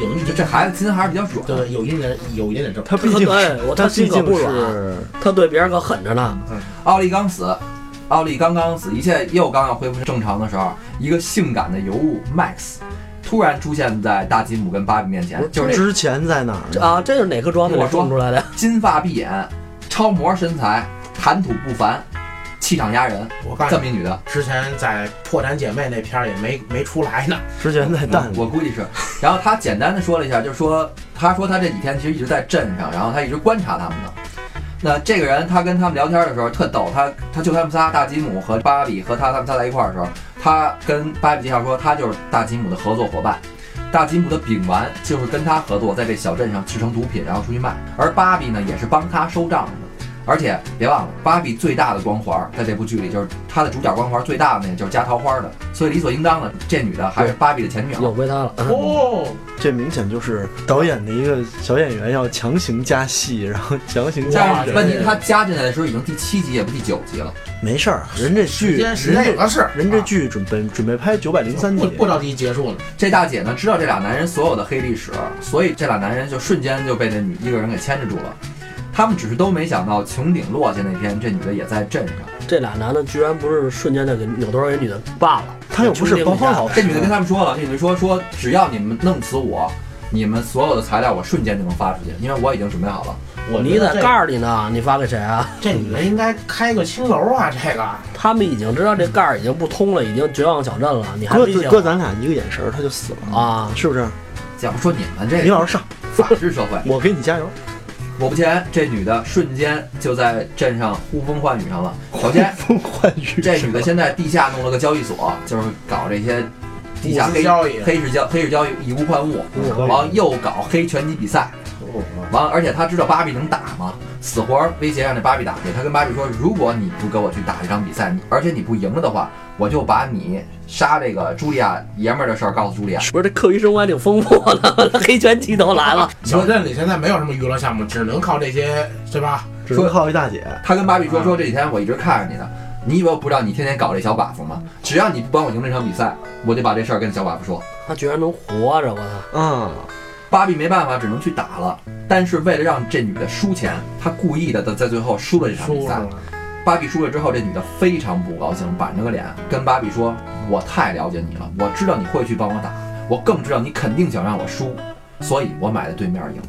[SPEAKER 2] 有一
[SPEAKER 1] 就
[SPEAKER 2] 点
[SPEAKER 1] 这孩子心还是比较软。
[SPEAKER 2] 对有一点有一点点正，
[SPEAKER 3] 他毕竟
[SPEAKER 4] 对
[SPEAKER 3] 是
[SPEAKER 4] 我
[SPEAKER 3] 他
[SPEAKER 4] 他
[SPEAKER 3] 毕
[SPEAKER 4] 心可
[SPEAKER 3] 竟
[SPEAKER 4] 不软
[SPEAKER 3] 是
[SPEAKER 4] 他对别人可狠着呢。
[SPEAKER 1] 奥利刚死，奥利刚刚死，一切又刚要恢复正常的时候，一个性感的尤物 Max 突然出现在大吉姆跟芭比面前，就是
[SPEAKER 3] 之前在哪儿
[SPEAKER 4] 这
[SPEAKER 3] 呢？
[SPEAKER 4] 啊，这是哪颗庄子里种出来的？
[SPEAKER 1] 金发碧眼，超模身材，谈吐不凡，气场压人，
[SPEAKER 2] 我告诉
[SPEAKER 1] 这
[SPEAKER 2] 你
[SPEAKER 1] 么一女的，
[SPEAKER 2] 之前在《破产姐妹》那片儿也没没出来呢，
[SPEAKER 3] 之前在蛋
[SPEAKER 1] 啊嗯我
[SPEAKER 3] 里，
[SPEAKER 1] 估计是。然后她简单的说了一下，就是说，她说她这几天其实一直在镇上，然后她一直观察他们呢。那这个人，他跟他们聊天的时候特逗，他他就他们仨，大吉姆和芭比和他他们仨在一块儿的时候，他跟芭比介绍说，他就是大吉姆的合作伙伴。大吉姆的丙烷就是跟他合作，在这小镇上制成毒品，然后出去卖。而芭比呢，也是帮他收账的。而且别忘了，芭比最大的光环在这部剧里就是她的主角光环最大的那个就是夹桃花的，所以理所应当的，这女的还是芭比的前女友
[SPEAKER 4] 有。归他了。
[SPEAKER 2] 哦，
[SPEAKER 3] 这明显就是导演的一个小演员要强行加戏，然后强行加
[SPEAKER 1] 但
[SPEAKER 3] 人。
[SPEAKER 1] 是问题他加进来的时候已经第七集也不第九集了，
[SPEAKER 3] 没事儿，人这
[SPEAKER 2] 时
[SPEAKER 3] 剧，
[SPEAKER 2] 间
[SPEAKER 3] 人
[SPEAKER 2] 时间有
[SPEAKER 3] 这
[SPEAKER 2] 的是，
[SPEAKER 3] 人这剧准备准备拍九百零三
[SPEAKER 2] 不
[SPEAKER 3] 集，
[SPEAKER 2] 不着急结束呢，
[SPEAKER 1] 这大姐呢知道这俩男人所有的黑历史，所以这俩男人就瞬间就被这女一个人给牵制住了。他们只是都没想到穹顶落下那天，这女的也在镇上。
[SPEAKER 4] 这俩男的居然不是瞬间就给扭头给女的办了，
[SPEAKER 3] 他又不是包换好，
[SPEAKER 1] 这女的跟他们说了，这女的说说只要你们弄死我，你们所有的材料我瞬间就能发出去，因为我已经准备好了。
[SPEAKER 2] 我
[SPEAKER 4] 你在盖
[SPEAKER 2] 儿，
[SPEAKER 4] 儿里呢，你发给谁啊？
[SPEAKER 2] 这女的应该开个青楼啊，这个
[SPEAKER 4] 他们已经知道这盖儿已经不通了，已经绝望小镇了，你还
[SPEAKER 3] 哥
[SPEAKER 4] 威胁
[SPEAKER 3] 哥
[SPEAKER 4] 我
[SPEAKER 3] 咱俩一个眼神儿他就死了，
[SPEAKER 4] 啊？
[SPEAKER 3] 是不是？
[SPEAKER 1] 假如说你们这
[SPEAKER 3] 你
[SPEAKER 1] 个
[SPEAKER 3] 老实上，
[SPEAKER 1] 法治社会，
[SPEAKER 3] 我给你加油。
[SPEAKER 1] 果不其然，这女的瞬间就在镇上呼风唤雨上了。首 先，
[SPEAKER 3] 呼风唤雨，
[SPEAKER 1] 这女的现在地下弄了个交易所，就是搞这些地下
[SPEAKER 2] 物
[SPEAKER 1] 黑
[SPEAKER 2] 资交易
[SPEAKER 1] 黑市交黑市交易以物换物，
[SPEAKER 3] 嗯
[SPEAKER 1] 然后又搞黑拳击比赛，
[SPEAKER 2] 不懂了。
[SPEAKER 1] 完了，而且他知道芭比能打吗？死活儿威胁让这芭比打去。他跟芭比说，如果你不跟我去打这场比赛，你而且你不赢了的话，我就把你杀这个茱莉亚爷们儿的事儿告诉茱莉亚。
[SPEAKER 4] 不是这课余生活还挺丰富的， 黑拳击都来了。
[SPEAKER 2] 小镇里现在没有什么娱乐项目，只能靠这些，对吧？
[SPEAKER 3] 只能靠一大姐。
[SPEAKER 1] 他跟芭比说：“
[SPEAKER 2] 啊
[SPEAKER 1] 说这几天我一直看着你呢，你以为我不知道你天天搞这小把夫吗？只要你不帮我赢这场比赛，我就把这事儿跟小把夫说。
[SPEAKER 4] 他居然能活着，我操！
[SPEAKER 3] 嗯，”
[SPEAKER 1] 芭比没办法，只能去打了。但是为了让这女的输钱，她故意的在在最后输了这场比
[SPEAKER 2] 输
[SPEAKER 1] 赛
[SPEAKER 2] 上。了，
[SPEAKER 1] 芭比输了之后，这女的非常不高兴，板着个脸跟芭比说：“我太了解你了，我知道你会去帮我打，我更知道你肯定想让我输，所以我买的对面赢。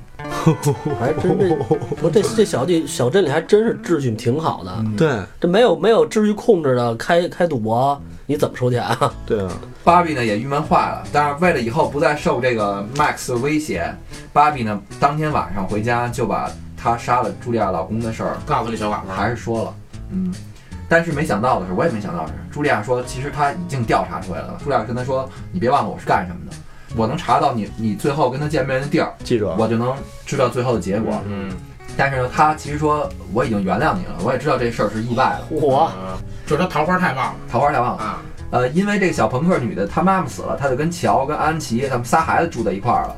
[SPEAKER 4] 还真这，不这这小地小镇里还真是秩序挺好
[SPEAKER 1] 嗯
[SPEAKER 4] 的，
[SPEAKER 3] 对
[SPEAKER 4] 这没有没有秩序控制的，开开赌博你怎么收钱啊？
[SPEAKER 3] 对啊，”
[SPEAKER 1] 芭比呢也郁闷坏了，但是为了以后不再受这个 Max 的威胁，芭比呢当天晚上回家就把她杀了茱莉亚老公的事儿
[SPEAKER 2] 告诉这小寡妇儿，
[SPEAKER 1] 还是说了，嗯。但是没想到的是，我也没想到的是，茱莉亚说，其实她已经调查出来了。茱莉亚跟他说：“你别忘了我是干什么的，我能查到你你最后跟他见面的地儿。”
[SPEAKER 3] 记者
[SPEAKER 1] 我就能知道最后的结果。
[SPEAKER 2] 嗯，
[SPEAKER 1] 但是呢，他其实说我已经原谅你了，我也知道这事儿是意外了，
[SPEAKER 4] 我
[SPEAKER 2] 啊，就是他桃花太旺了
[SPEAKER 1] 桃花太旺了。
[SPEAKER 2] 啊，
[SPEAKER 1] 呃，因为这个小朋克女的她妈妈死了，她就跟乔跟安琪他们仨孩子住在一块儿了。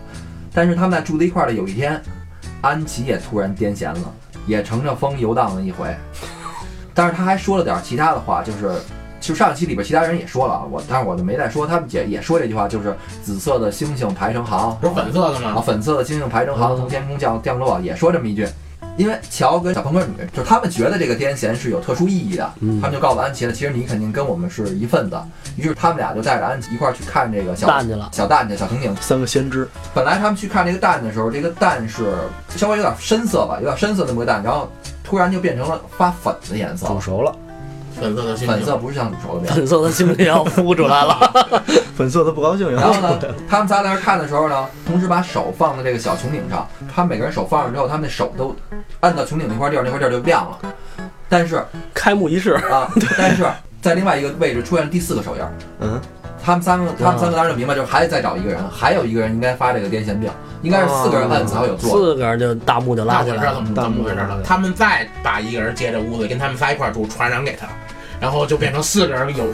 [SPEAKER 1] 但是他们俩住在一块儿的有一天，安琪也突然癫痫了，也乘着风游荡了一回。但是她还说了点其他的话，就是。就上一期里边其他人也说了啊，我但是我就没再说，他们也也说这句话，就是紫色的星星排成行，
[SPEAKER 2] 不是粉色的
[SPEAKER 1] 啊，
[SPEAKER 2] 吗？
[SPEAKER 1] 粉色的星星排成行，从天空降降落，也说这么一句。因为乔跟小朋克女，就是他们觉得这个癫痫是有特殊意义的，
[SPEAKER 4] 嗯
[SPEAKER 1] 他们就告诉安琪了，其实你肯定跟我们是一份子。于是他们俩就带着安琪一块儿去看这个小
[SPEAKER 4] 蛋去了，
[SPEAKER 1] 小蛋去，小婷婷。
[SPEAKER 3] 三个先知，
[SPEAKER 1] 本来他们去看这个蛋的时候，这个蛋是稍微有点深色吧，有点深色那么个蛋，然后突然就变成了发粉的颜色
[SPEAKER 3] 煮
[SPEAKER 1] 了，
[SPEAKER 3] 熟了，
[SPEAKER 2] 粉色的心情
[SPEAKER 1] 粉色不是像煮熟的那样。
[SPEAKER 4] 粉色的精灵要孵出来了。
[SPEAKER 3] 粉色的不高兴以
[SPEAKER 1] 然
[SPEAKER 3] 后
[SPEAKER 1] 后呢，他们仨在那儿看的时候呢，同时把手放在这个小穹顶上，他们每个人手放上之后，他们的手都按到穹顶那块地儿，那块地儿就亮了。但是
[SPEAKER 4] 开幕仪式，
[SPEAKER 1] 啊，但是在另外一个位置出现了第四个手印儿，
[SPEAKER 3] 嗯，
[SPEAKER 1] 他们三个，他们三个当时就明白，就是还得再找一个人，还有一个人应该发这个癫痫病，应该是四个人摁才会有
[SPEAKER 3] 啊
[SPEAKER 1] 作用。
[SPEAKER 4] 四个人就大幕就
[SPEAKER 2] 那
[SPEAKER 4] 拉
[SPEAKER 2] 我
[SPEAKER 4] 起
[SPEAKER 2] 知
[SPEAKER 4] 来
[SPEAKER 2] 道
[SPEAKER 4] 了。
[SPEAKER 2] 怎么
[SPEAKER 3] 大
[SPEAKER 2] 怎
[SPEAKER 3] 幕
[SPEAKER 2] 么回事
[SPEAKER 3] 拉
[SPEAKER 2] 了
[SPEAKER 3] 起。来
[SPEAKER 2] 他们再把一个人接这屋子，跟他们仨一块儿住，传染给他，然后就变成四个人有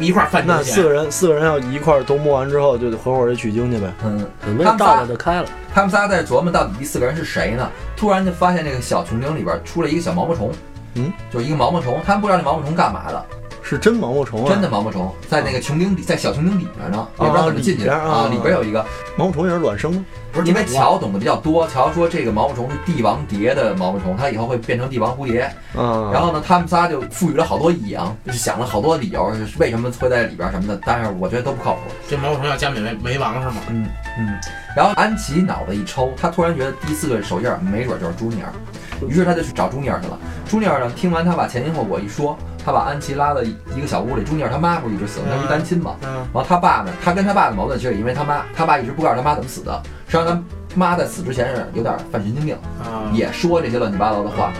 [SPEAKER 2] 一块儿犯
[SPEAKER 3] 那
[SPEAKER 2] 癫
[SPEAKER 3] 四
[SPEAKER 2] 痫
[SPEAKER 3] 个。人四个人要一块儿都摸完之后，就得合伙儿去取经去呗。
[SPEAKER 1] 嗯，
[SPEAKER 4] 准备照着就开了，
[SPEAKER 1] 他们仨在琢磨到底第四个人是谁呢？突然就发现这个小穹顶里边出了一个小毛毛虫，
[SPEAKER 3] 嗯，
[SPEAKER 1] 就是一个毛毛虫，他们不知道这毛毛虫干嘛的。
[SPEAKER 3] 是真毛毛虫啊，
[SPEAKER 1] 真的毛毛虫在那个穹顶里，在小穹顶里面呢，也不知道怎么进去
[SPEAKER 3] 里边啊
[SPEAKER 1] 啊。里边有一个，
[SPEAKER 3] 毛毛虫也是卵生的，
[SPEAKER 2] 不是
[SPEAKER 1] 因为乔懂得比较多，乔说这个毛毛虫是帝王蝶的毛毛虫，它以后会变成帝王蝴蝶。
[SPEAKER 3] 啊，
[SPEAKER 1] 然后呢，他们仨就赋予了好多意义啊，就是想了好多理由，为什么会在里边什么的，但是我觉得都不靠谱。
[SPEAKER 2] 这毛虫要加冕为为王是吗？
[SPEAKER 3] 嗯
[SPEAKER 1] 然后安琪脑子一抽，她突然觉得第四个手印儿没准就是朱尼尔，于是她就去找朱尼尔去了。朱尼尔呢，听完她把前因后果一说，她把安琪拉到一个小屋里。朱尼尔他妈不是一直死了，他不是单亲吗？
[SPEAKER 2] 嗯，
[SPEAKER 1] 然后他爸呢，他跟他爸的矛盾其实也因为他妈，他爸一直不告诉他妈怎么死的，实际上他妈在死之前是有点犯神经病，
[SPEAKER 2] 啊，
[SPEAKER 1] 也说这些乱七八糟的话。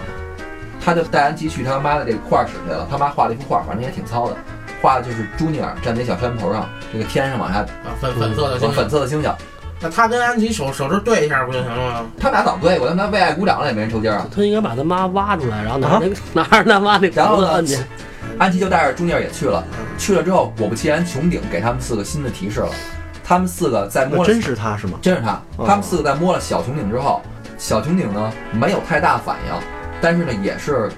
[SPEAKER 1] 他就带安琪去他妈的这个画室去了，他妈画了一幅画，反正也挺糙的，画的就是朱尼尔站在一小山头上，这个天上往下
[SPEAKER 2] 啊粉粉色的
[SPEAKER 1] 有
[SPEAKER 2] 星
[SPEAKER 1] 嗯粉
[SPEAKER 2] 星。
[SPEAKER 1] 色的星星，
[SPEAKER 2] 那他跟安琪手手指对一下不就行了吗？
[SPEAKER 1] 他们俩早对过，他们俩为爱鼓掌了也没人抽筋儿啊。
[SPEAKER 4] 他应该把他妈挖出来，然后拿着那个 拿着他妈那
[SPEAKER 1] 啊然后
[SPEAKER 4] 脖子
[SPEAKER 1] 呢
[SPEAKER 4] 摁去。，
[SPEAKER 1] 安琪就带着朱尼尔也去了，去了之后果不其然，穹顶给他们四个新的提示了，他们四个在摸
[SPEAKER 3] 那
[SPEAKER 1] 了
[SPEAKER 3] 真是他是吗？
[SPEAKER 1] 真是他，
[SPEAKER 3] 哦
[SPEAKER 1] 他们四个在摸了小穹顶之后，小穹顶呢没有太大反应，但是呢也是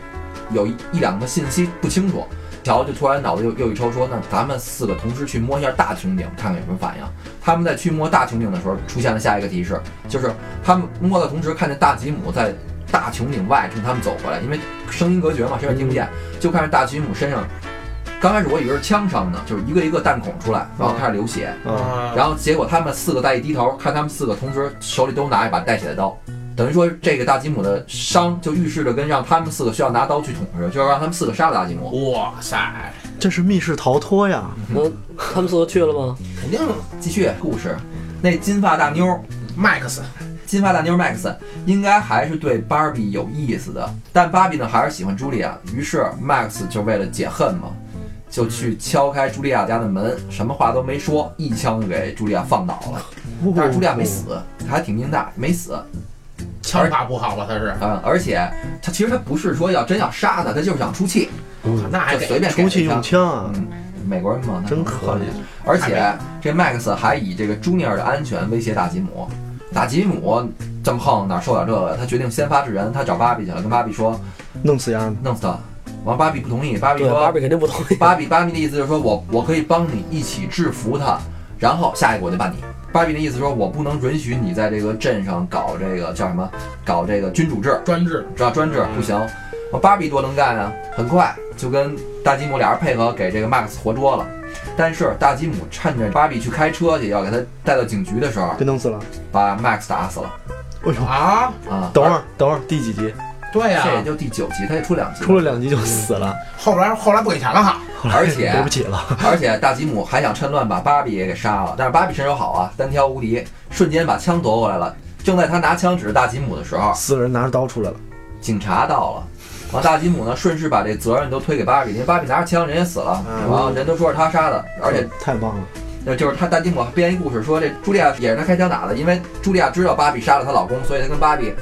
[SPEAKER 1] 有一一两个信息不清楚。乔就突然脑子又又一抽说，那咱们四个同时去摸一下大穹顶，看看有什么反应。他们在去摸大穹顶的时候，出现了下一个提示，就是他们摸的同时看见大吉姆在大穹顶外冲他们走过来，因为声音隔绝嘛，谁也听不见，就看着大吉姆身上。刚开始我以为是枪伤呢，就是一个一个弹孔出来，然后开始流血。嗯
[SPEAKER 3] 啊，
[SPEAKER 1] 然后结果他们四个再一低头，看他们四个同时手里都拿一把带血的刀，等于说这个大吉姆的伤就预示着跟让他们四个需要拿刀去捅似的，就是让他们四个杀了大吉姆。
[SPEAKER 2] 哇塞，
[SPEAKER 3] 这是密室逃脱呀！
[SPEAKER 4] 嗯，他们四个去了吗？
[SPEAKER 2] 肯定
[SPEAKER 1] 继续故事，那金发大妞儿，
[SPEAKER 2] Max
[SPEAKER 1] 金发大妞儿 Max 应该还是对芭比有意思的，但芭比呢还是喜欢茱莉亚，于是 Max 就为了解恨嘛。就去敲开茱莉亚家的门，什么话都没说，一枪就给茱莉亚放倒了。但是茱莉亚没死，还挺命大，没死。
[SPEAKER 2] 枪法不好吧？啊他是，
[SPEAKER 1] 嗯，而且他其实他不是说要真要杀他，他就是想出气，
[SPEAKER 3] 嗯
[SPEAKER 2] 那还
[SPEAKER 1] 就
[SPEAKER 2] 给
[SPEAKER 1] 随便给
[SPEAKER 3] 哎出气
[SPEAKER 1] 他
[SPEAKER 3] 用
[SPEAKER 1] 一枪。
[SPEAKER 3] 枪啊，
[SPEAKER 1] 嗯，美国人嘛，那
[SPEAKER 3] 真哎
[SPEAKER 1] 可
[SPEAKER 3] 可
[SPEAKER 1] 能。
[SPEAKER 3] 以
[SPEAKER 1] 而且这 Max 还以这个 Junior 的安全威胁大吉姆，大吉姆这么横哪受了这个？他决定先发制人，他找芭比去了，跟芭比说
[SPEAKER 3] 弄死丫的。
[SPEAKER 1] 弄死他。完，芭比不同意，芭比
[SPEAKER 4] 对，芭
[SPEAKER 1] 说
[SPEAKER 4] 比肯定不同意。
[SPEAKER 1] 芭比芭比的意思就是说我我可以帮你一起制服他，然后下一个我就办你。芭比的意思说我不能允许你在这个镇上搞这个叫什么，搞这个君主制。
[SPEAKER 2] 专制，
[SPEAKER 1] 知道专制不行。我
[SPEAKER 3] 嗯
[SPEAKER 1] 芭比多能干啊，很快就跟大吉姆俩人配合给这个 Max 活捉了。但是大吉姆趁着芭比去开车去要给他带到警局的时候，
[SPEAKER 3] 给弄死了。
[SPEAKER 1] 把 Max 打死了
[SPEAKER 3] 哎呦，
[SPEAKER 2] 啊，
[SPEAKER 1] 啊！
[SPEAKER 3] 等会儿，等会儿，第几集？
[SPEAKER 2] 对呀、
[SPEAKER 1] 这也就第九集，他也出两集，
[SPEAKER 3] 出了两集就死了，
[SPEAKER 2] 后来后来不给钱了哈，
[SPEAKER 3] 后来
[SPEAKER 1] 而且啊
[SPEAKER 3] 对不起了，
[SPEAKER 1] 而且大吉姆还想趁乱把芭比也给杀了，但是芭比身手好啊，单挑无敌，瞬间把枪夺过来了。正在他拿枪指着大吉姆的时候，
[SPEAKER 3] 四个人拿着刀出来了，
[SPEAKER 1] 警察到了，完大吉姆呢顺势把这责任都推给芭比，因为芭比拿着枪人也死了，
[SPEAKER 3] 嗯
[SPEAKER 1] 然后人都说是他杀的，而且
[SPEAKER 3] 太棒了，
[SPEAKER 1] 那就是他大吉姆编一故事说，这茱莉亚也是他开枪打的，因为茱莉亚知道芭比杀了她老公，所以她跟芭比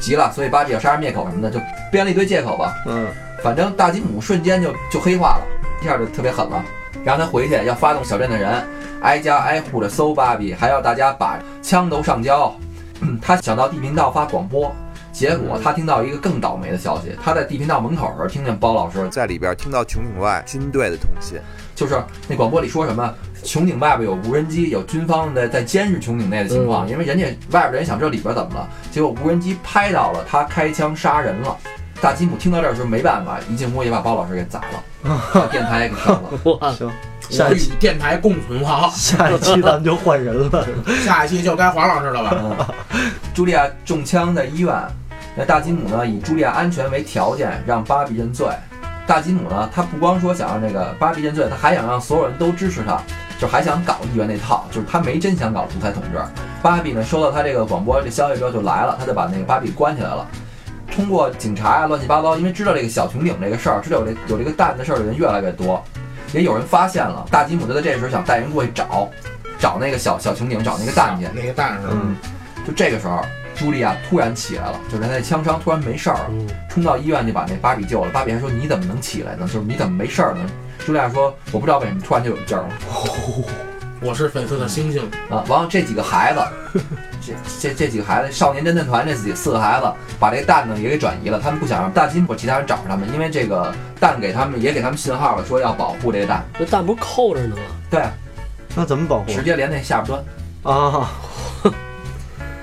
[SPEAKER 1] 急了，所以芭比要杀人灭口什么的，就编了一堆借口吧。
[SPEAKER 3] 嗯，
[SPEAKER 1] 反正大吉姆瞬间就就黑化了，一下就特别狠了。然后他回去要发动小镇的人，挨家挨户的搜芭比，还要大家把枪都上交。嗯他想到地频道发广播，结果他听到一个更倒霉的消息，他在地频道门口儿听见包老师
[SPEAKER 6] 在里边听到穹顶外军队的通信，
[SPEAKER 1] 就是那广播里说什么，穹顶外边有无人机，有军方的在监视穹顶内的情况，因为人家外边的人想知道里边怎么了，结果无人机拍到了他开枪杀人了。大吉姆听到这儿的时候没办法，一进屋也把包老师给宰了，把电台也给烧了。
[SPEAKER 4] 哇，
[SPEAKER 3] 行，嗯下
[SPEAKER 2] 我
[SPEAKER 3] 一
[SPEAKER 2] 与
[SPEAKER 3] 期，
[SPEAKER 2] 电台共存亡
[SPEAKER 3] 下一期咱们就换 人了，
[SPEAKER 2] 下一期就该黄老师了吧？
[SPEAKER 1] 嗯，茱莉亚中枪在医院，那大吉姆呢以茱莉亚安全为条件让芭比认罪。大吉姆呢，他不光说想让那个芭比认罪，他还想让所有人都支持他，就还想搞议员那套，就是他没真想搞独裁统治。芭比呢收到他这个广播这消息之后就来了，他就把那个芭比关起来了。通过警察啊乱七八糟，因为知道这个小穹顶这个事儿，知道有这有这个蛋的事儿的人越来越多，也有人发现了。大吉姆就在这时候想带人过去找，找那个小小穹 顶，找那个蛋去。
[SPEAKER 2] 那个蛋是吧？
[SPEAKER 1] 嗯，就这个时候，茱莉亚突然起来了，就是她那枪伤突然没事儿了，
[SPEAKER 4] 嗯
[SPEAKER 1] 冲到医院就把那芭比救了。芭比还说：“你怎么能起来呢？就是你怎么没事儿呢？”茱莉亚说：“我不知道为什么突然就有劲儿了
[SPEAKER 2] 我是粉色的星星，
[SPEAKER 1] 啊！”完了，这几个孩子，这这这几个孩子，少年侦探团这几四个孩子，把这蛋呢也给转移了。他们不想让大金或其他人找着他们，因为这个蛋给他们也给他们信号了，说要保护这个蛋。
[SPEAKER 4] 那蛋不是扣着呢吗？
[SPEAKER 1] 对，啊
[SPEAKER 3] 那怎么保
[SPEAKER 1] 直接连那下巴端。
[SPEAKER 3] 护啊？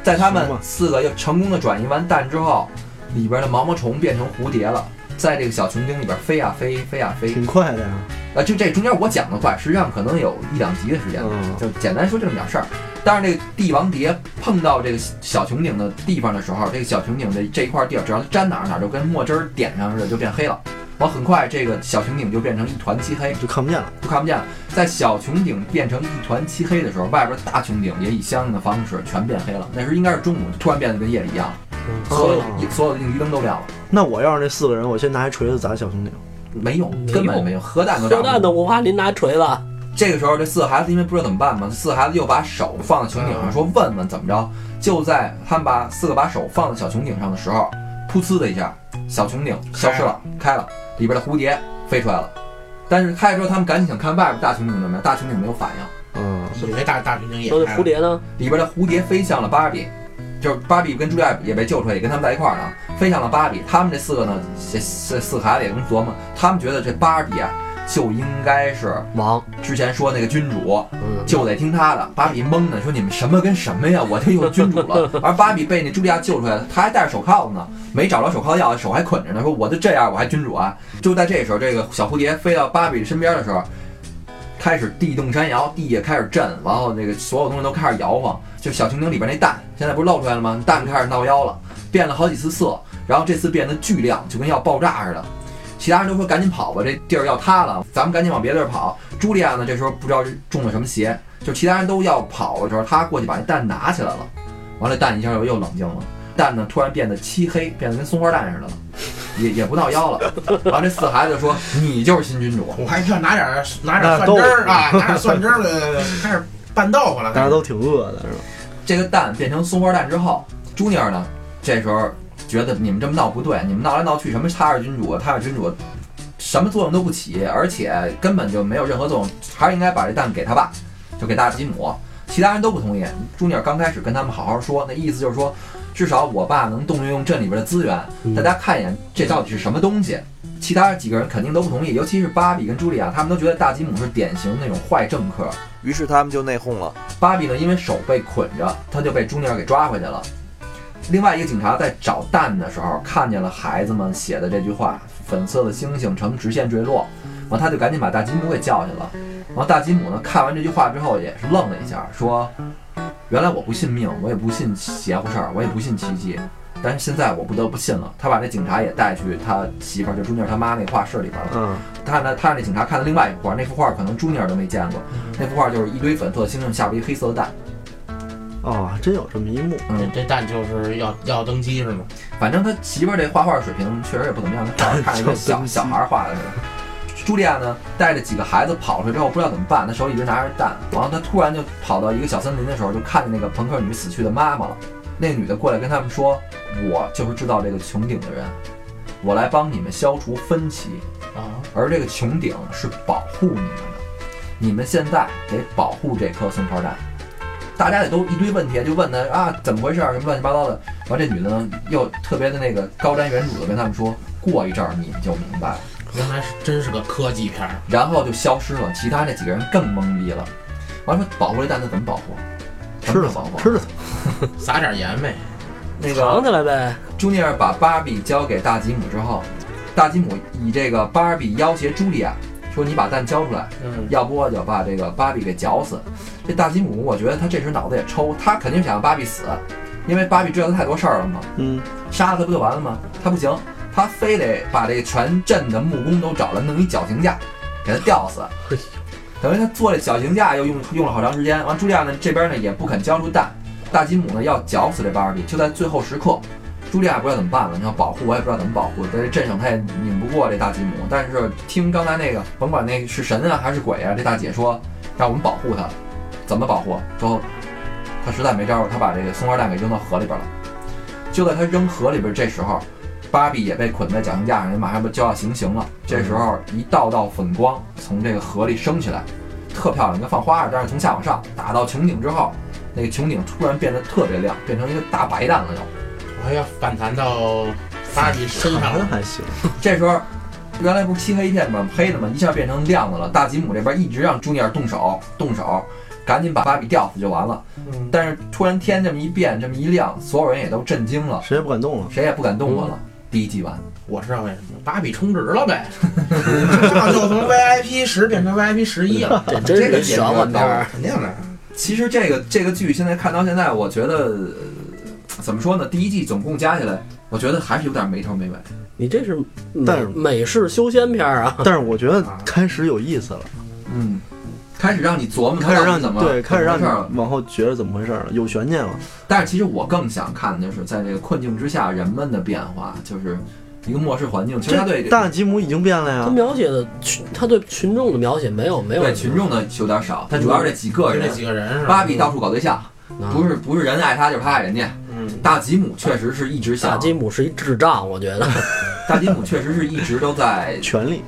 [SPEAKER 1] 在他们
[SPEAKER 3] 行吧
[SPEAKER 1] 四个又成功的转移完蛋之后，里边的毛毛虫变成蝴蝶了，在这个小穹顶里边飞呀、飞，飞呀、飞。
[SPEAKER 3] 挺快的呀，
[SPEAKER 1] 啊，就这中间我讲的快，实际上可能有一两集的时间，
[SPEAKER 3] 嗯
[SPEAKER 1] 就简单说就这么点事儿。但是这个帝王蝶碰到这个小穹顶的地方的时候，这个小穹顶的这一块地儿，只要它沾哪儿哪儿就跟墨汁儿点上似的，就变黑了。完，很快这个小穹顶就变成一团漆黑，
[SPEAKER 3] 就看不见了，
[SPEAKER 1] 就看不见了。在小穹顶变成一团漆黑的时候，外边大穹顶也以相应的方式全变黑了。那时候应该是中午，突然变得跟夜里一样了，
[SPEAKER 4] 嗯
[SPEAKER 1] 所有
[SPEAKER 3] 哦
[SPEAKER 1] 所有的应急灯都亮了，
[SPEAKER 3] 那我要是那四个人，我先拿一锤子砸小兄弟，
[SPEAKER 1] 没用
[SPEAKER 4] 没，
[SPEAKER 1] 根本
[SPEAKER 4] 用
[SPEAKER 1] 没用，核弹都炸
[SPEAKER 4] 核
[SPEAKER 1] 不
[SPEAKER 4] 弹
[SPEAKER 1] 动
[SPEAKER 4] 都不怕，您拿锤子。
[SPEAKER 1] 这个时候，这四个孩子因为不知道怎么办嘛，这四个孩子又把手放在穹顶上，
[SPEAKER 2] 嗯
[SPEAKER 1] 说问问怎么着。就在他们把四个把手放在小穹顶上的时候，噗呲的一下，小穹顶消失了，开了，里边的蝴蝶飞出来了。但是开了之后，他们赶紧想看外边大穹顶怎么样，大穹顶没有反应，
[SPEAKER 3] 嗯，
[SPEAKER 2] 以为大大平顶也
[SPEAKER 4] 那
[SPEAKER 2] 开
[SPEAKER 4] 蝴
[SPEAKER 2] 了，
[SPEAKER 4] 蝶呢？
[SPEAKER 1] 里边的蝴蝶飞向了芭比，就是芭比跟茱莉亚也被救出来，也跟他们在一块儿呢，飞向了芭比。他们这四个呢，这这四个孩子也跟琢磨，他们觉得这芭比啊，就应该是
[SPEAKER 4] 王，
[SPEAKER 1] 之前说那个君主，
[SPEAKER 4] 嗯，
[SPEAKER 1] 就得听他的。芭比懵的说：“你们什么跟什么呀？我就用君主了。”而芭比被那茱莉亚救出来了，她还戴着手铐呢，没找着手铐要，手还捆着呢。说：“我就这样，我还君主啊！”就在这时候，这个小蝴蝶飞到芭比身边的时候，开始地动山摇，地也开始震，然后那个所有东西都开始摇晃。就小穹顶里边那蛋，现在不是露出来了吗？蛋开始闹妖了，变了好几次色，然后这次变得巨亮，就跟要爆炸似的。其他人都说赶紧跑吧，这地儿要塌了，咱们赶紧往别地儿跑。茱莉亚呢，这时候不知道是中了什么邪，就其他人都要跑的时候，她过去把那蛋拿起来了，完了蛋一下又又冷静了，蛋呢突然变得漆黑，变得跟松花蛋似的了，也也不闹妖了。完了，这四孩子就说：“你就是新君主。
[SPEAKER 2] 我还要拿点儿拿点
[SPEAKER 3] 那
[SPEAKER 2] 儿蒜
[SPEAKER 3] 豆
[SPEAKER 2] 汁
[SPEAKER 3] 腐
[SPEAKER 2] 儿啊，拿点儿蒜汁儿的， 开始拌豆腐了，
[SPEAKER 3] 大家都挺饿的是吧？”
[SPEAKER 1] 这个蛋变成松花蛋之后，朱尼尔呢这时候觉得你们这么闹不对，你们闹来闹去什么他是君主，他是君主，什么作用都不起，而且根本就没有任何作用，还是应该把这蛋给他爸，就给大吉姆。其他人都不同意。朱尼尔刚开始跟他们好好说，那意思就是说，至少我爸能动用镇里边的资源，
[SPEAKER 4] 嗯
[SPEAKER 1] 大家看一眼这到底是什么东西。其他几个人肯定都不同意，尤其是芭比跟茱莉亚，他们都觉得大吉姆是典型那种坏政客。
[SPEAKER 6] 于是他们就内讧了。
[SPEAKER 1] 芭比呢，因为手被捆着，他就被朱尼尔给抓回去了。另外一个警察在找蛋的时候，看见了孩子们写的这句话：“粉色的星星呈直线坠落。”完，他就赶紧把大吉姆给叫去了。完，大吉姆呢，看完这句话之后也是愣了一下，说：“原来我不信命，我也不信邪乎事儿，我也不信奇迹，但是现在我不得不信了。”他把那警察也带去他媳妇儿，就朱尼尔他妈那画室里边了。
[SPEAKER 3] 嗯，
[SPEAKER 1] 他呢，他那警察看了另外一幅画，那幅画可能朱尼尔都没见过，那幅画就是一堆粉色星星下边一黑色的蛋。
[SPEAKER 3] 哦，还真有这么一幕。
[SPEAKER 2] 这
[SPEAKER 1] 嗯，
[SPEAKER 2] 这蛋就是要要登基是吗？
[SPEAKER 1] 反正他媳妇儿这画画水平确实也不怎么样，他画着看着跟
[SPEAKER 3] 就
[SPEAKER 1] 小
[SPEAKER 3] 是
[SPEAKER 1] 小孩儿画的似的。茱莉亚呢，带着几个孩子跑出来之后，不知道怎么办，她手里一直拿着蛋。然后她突然就跑到一个小森林的时候，就看见那个朋克女死去的妈妈了。那女的过来跟他们说：“我就是制造这个穹顶的人，我来帮你们消除分歧。”
[SPEAKER 2] 啊，
[SPEAKER 1] 而这个穹顶是保护你们的，你们现在得保护这颗松炮弹。大家也都一堆问题，就问他啊怎么回事，啊，什么乱七八糟的。完，这女的呢又特别的那个高瞻远瞩的跟他们说，过一阵儿你们就明白了。
[SPEAKER 2] 原来是真是个科技片儿，
[SPEAKER 1] 然后就消失了，其他那几个人更懵逼了。完说保护这蛋，那怎么保护？什
[SPEAKER 3] 吃
[SPEAKER 1] 么
[SPEAKER 3] 了
[SPEAKER 1] 叫保护，啊
[SPEAKER 3] 吃了它，
[SPEAKER 2] 撒点盐呗。
[SPEAKER 1] 那个
[SPEAKER 4] 藏起来呗。
[SPEAKER 1] 朱尼尔把芭比交给大吉姆之后，大吉姆以这个芭比要挟茱莉亚，说你把蛋交出来，
[SPEAKER 2] 嗯，
[SPEAKER 1] 要不我就把这个芭比给绞死。这大吉姆，我觉得他这时脑子也抽，他肯定想让芭比死，因为芭比知道他太多事儿了嘛，
[SPEAKER 3] 嗯，
[SPEAKER 1] 杀了他不就完了吗？他不行，他非得把这全镇的木工都找来，弄一绞刑架，给他吊死。等于他做这绞刑架又用用了好长时间。完，茱莉亚呢这边呢也不肯交出蛋，大吉姆呢要绞死这芭比，就在最后时刻，茱莉亚不知道怎么办了，你要保护我也不知道怎么保护，在这镇上她也拧不过这大吉姆。但是听刚才那个，甭管那是神啊还是鬼啊，这大姐说让我们保护她，怎么保护？最后她实在没招了，她把这个松花蛋给扔到河里边了。就在她扔河里边这时候，芭比也被捆在绞刑架上，马上就要行刑了。这时候一道道粉光从这个河里升起来，特漂亮，跟放花似的，但是从下往上打到穹顶之后，那个穹顶突然变得特别亮，变成一个大白蛋了又。
[SPEAKER 2] 我还要反弹到芭比身
[SPEAKER 4] 嗯
[SPEAKER 2] 上
[SPEAKER 3] 还
[SPEAKER 2] 了。
[SPEAKER 3] 还行。
[SPEAKER 1] 这时候，原来不是漆黑一片吗？黑的嘛，一下变成亮的了。大吉姆这边一直让朱尼尔动手，动手，赶紧把芭比吊死就完了。
[SPEAKER 2] 嗯，
[SPEAKER 1] 但是突然天这么一变，这么一亮，所有人也都震惊了，
[SPEAKER 3] 谁也不敢动了。
[SPEAKER 1] 谁也不敢动我了。第一季完，
[SPEAKER 2] 我知道为什么，芭比充值了呗， 这就从 VIP 十变成 VIP 十 一了，
[SPEAKER 4] 这 真
[SPEAKER 1] 这个
[SPEAKER 4] 是
[SPEAKER 1] 也
[SPEAKER 4] 玄幻片儿，
[SPEAKER 2] 肯定的。
[SPEAKER 1] 其实这个这个剧现在看到现在，我觉得、呃怎么说呢？第一季总共加起来，我觉得还是有点没头没尾。
[SPEAKER 4] 你这是美
[SPEAKER 3] 但是
[SPEAKER 4] 美式修仙片儿啊！
[SPEAKER 3] 但是我觉得开始有意思了，
[SPEAKER 1] 嗯，开始让你琢磨，
[SPEAKER 3] 开始让
[SPEAKER 1] 怎
[SPEAKER 3] 你
[SPEAKER 1] 么
[SPEAKER 3] 对，开始让
[SPEAKER 1] 怎么回事儿了
[SPEAKER 3] 你往后觉着怎么回事儿了，有悬念了。
[SPEAKER 1] 但是其实我更想看的就是在这个困境之下人们的变化，就是一个末世环境。其实他对
[SPEAKER 3] 这大吉姆已经变了
[SPEAKER 4] 他
[SPEAKER 3] 呀，
[SPEAKER 4] 描写的群，他对群众的描写没有没有
[SPEAKER 1] 啊对群众的有点少，他主要是这几个
[SPEAKER 2] 就这
[SPEAKER 1] 人。
[SPEAKER 2] 几个嗯人是吧？
[SPEAKER 1] 芭比到处搞对象，
[SPEAKER 4] 啊
[SPEAKER 1] 不是不是人爱他就是他爱人家。
[SPEAKER 2] 嗯，
[SPEAKER 1] 大吉姆确实是一直
[SPEAKER 4] 大
[SPEAKER 1] 想，
[SPEAKER 4] 吉姆是一智障，我觉得，
[SPEAKER 1] 大吉姆确实是一直都在
[SPEAKER 3] 权力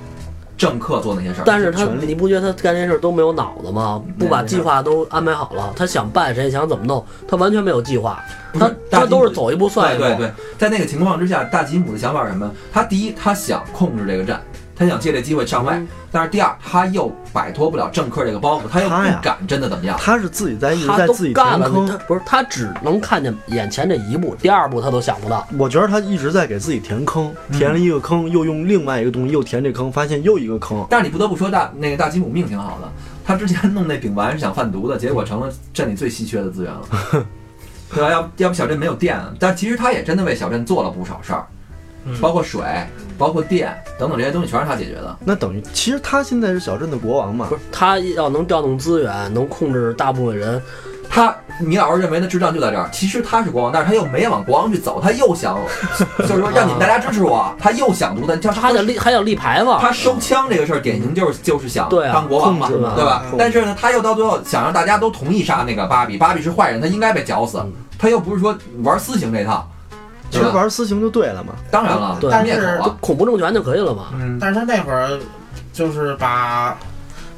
[SPEAKER 1] 政客做那些事儿。
[SPEAKER 4] 但是他
[SPEAKER 3] 权力
[SPEAKER 4] 你不觉得他干这事儿都没有脑子吗？不把
[SPEAKER 1] 没
[SPEAKER 4] 计划都安排好了，他想办谁想怎么弄，他完全没有计划，
[SPEAKER 1] 不是
[SPEAKER 4] 他
[SPEAKER 1] 大
[SPEAKER 4] 他
[SPEAKER 1] 吉姆
[SPEAKER 4] 都是走一步算
[SPEAKER 1] 对
[SPEAKER 4] 一步。
[SPEAKER 1] 对对，在那个情况之下，大吉姆的想法是什么？他第一，他想控制这个站，他想借这机会上位；但是第二，他又摆脱不了政客这个包袱，他又
[SPEAKER 3] 他呀
[SPEAKER 1] 不敢真的怎么样。
[SPEAKER 3] 他是自己在一直
[SPEAKER 4] 他
[SPEAKER 3] 在
[SPEAKER 4] 都
[SPEAKER 3] 自己填
[SPEAKER 4] 干了，
[SPEAKER 3] 坑
[SPEAKER 4] 他，不是他只能看见眼前这一步，第二步他都想不到。
[SPEAKER 3] 我觉得他一直在给自己填坑，
[SPEAKER 4] 嗯
[SPEAKER 3] 填了一个坑，又用另外一个东西又填这坑，发现又一个坑。
[SPEAKER 1] 但是你不得不说大那个大吉姆命挺好的，他之前弄那丙烷是想贩毒的，结果成了镇里最稀缺的资源了，对吧？要要不小镇没有电，但其实他也真的为小镇做了不少事儿，
[SPEAKER 2] 嗯
[SPEAKER 1] 包括水、包括电等等这些东西全是他解决的。
[SPEAKER 3] 那等于其实他现在是小镇的国王嘛
[SPEAKER 4] 不，是他要能调动资源，能控制大部分人，
[SPEAKER 1] 他，你老是认为他智障就在这儿，其实他是国王，但是他又没往国王去走，他又想，就是说让你们大家支持我，他又想独断，他
[SPEAKER 4] 他还得立还得立牌坊。
[SPEAKER 1] 他收枪这个事儿，典型就是就是想
[SPEAKER 4] 对啊
[SPEAKER 1] 当国王嘛，
[SPEAKER 3] 控制嘛
[SPEAKER 1] 对吧
[SPEAKER 3] 控制？
[SPEAKER 1] 但是呢，他又到最后想让大家都同意杀那个芭比，芭比是坏人，他应该被绞死
[SPEAKER 4] 嗯，
[SPEAKER 1] 他又不是说玩私刑这套，
[SPEAKER 3] 其实玩私刑就对了嘛。
[SPEAKER 1] 当然了，
[SPEAKER 4] 对
[SPEAKER 1] 但灭口啊，
[SPEAKER 4] 恐怖政权就可以了嘛。
[SPEAKER 3] 嗯，
[SPEAKER 2] 但是他那会儿就是把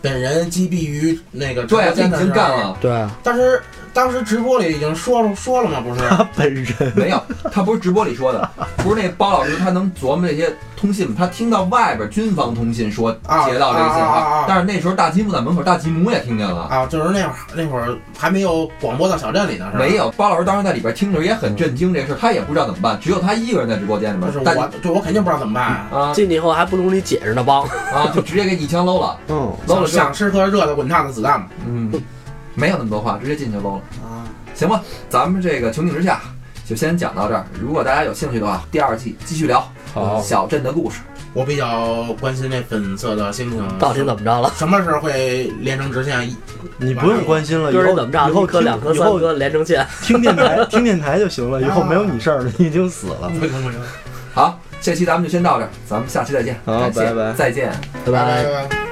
[SPEAKER 2] 本人击毙于那个直播
[SPEAKER 1] 对，这
[SPEAKER 2] 间
[SPEAKER 1] 已
[SPEAKER 2] 的时
[SPEAKER 1] 经
[SPEAKER 2] 候
[SPEAKER 1] 干。了。
[SPEAKER 4] 对啊，
[SPEAKER 2] 当时当时直播里已经说了说了嘛， 不是？
[SPEAKER 3] 他本人
[SPEAKER 1] 没有，他不是直播里说的，不是那包老师，他能琢磨这些通信吗？他听到外边军方通信说
[SPEAKER 2] 啊
[SPEAKER 1] 截到这个信
[SPEAKER 2] 啊啊
[SPEAKER 1] 号
[SPEAKER 2] 啊，
[SPEAKER 1] 但是那时候大吉姆在门口，大吉姆也听见了。
[SPEAKER 2] 啊，就是那会儿那会儿还没有广播到小镇里呢，是吧？
[SPEAKER 1] 没有，包老师当时在里边听着也很震惊，这个事儿他也不知道怎么办，只有他一个人在直播间里
[SPEAKER 2] 就是
[SPEAKER 1] 面，大
[SPEAKER 2] 我，对我肯定不知道怎么办啊。
[SPEAKER 1] 啊
[SPEAKER 4] 进去以后还不容易解释呢，帮
[SPEAKER 1] 啊，就直接给你一枪搂了，
[SPEAKER 3] 嗯，
[SPEAKER 1] 搂了之后，
[SPEAKER 2] 想吃颗热的滚烫的子弹嘛。
[SPEAKER 1] 嗯，没有那么多话，直接进去搂了。
[SPEAKER 2] 啊，
[SPEAKER 1] 行吧，咱们这个穹顶之下就先讲到这儿。如果大家有兴趣的话，第二季继续聊
[SPEAKER 4] 好
[SPEAKER 1] 小镇的故事。
[SPEAKER 2] 我比较关心那粉色的星星
[SPEAKER 4] 到底怎么着了？
[SPEAKER 2] 什么时候会连成直线？
[SPEAKER 3] 你不用关心了，以
[SPEAKER 4] 哥儿
[SPEAKER 3] 后
[SPEAKER 4] 怎么着？
[SPEAKER 3] 以后
[SPEAKER 4] 一颗、
[SPEAKER 3] 听
[SPEAKER 4] 两颗、
[SPEAKER 3] 以
[SPEAKER 4] 三
[SPEAKER 3] 后
[SPEAKER 4] 颗连成线。
[SPEAKER 3] 听电台听电台就行了，以后没有你事儿了，你已经死了。
[SPEAKER 2] 不行不行，
[SPEAKER 1] 好，这期咱们就先到这儿，咱们下期再见。
[SPEAKER 3] 好
[SPEAKER 1] 感谢
[SPEAKER 3] 拜拜
[SPEAKER 1] 再见。
[SPEAKER 4] 拜拜。
[SPEAKER 2] 拜。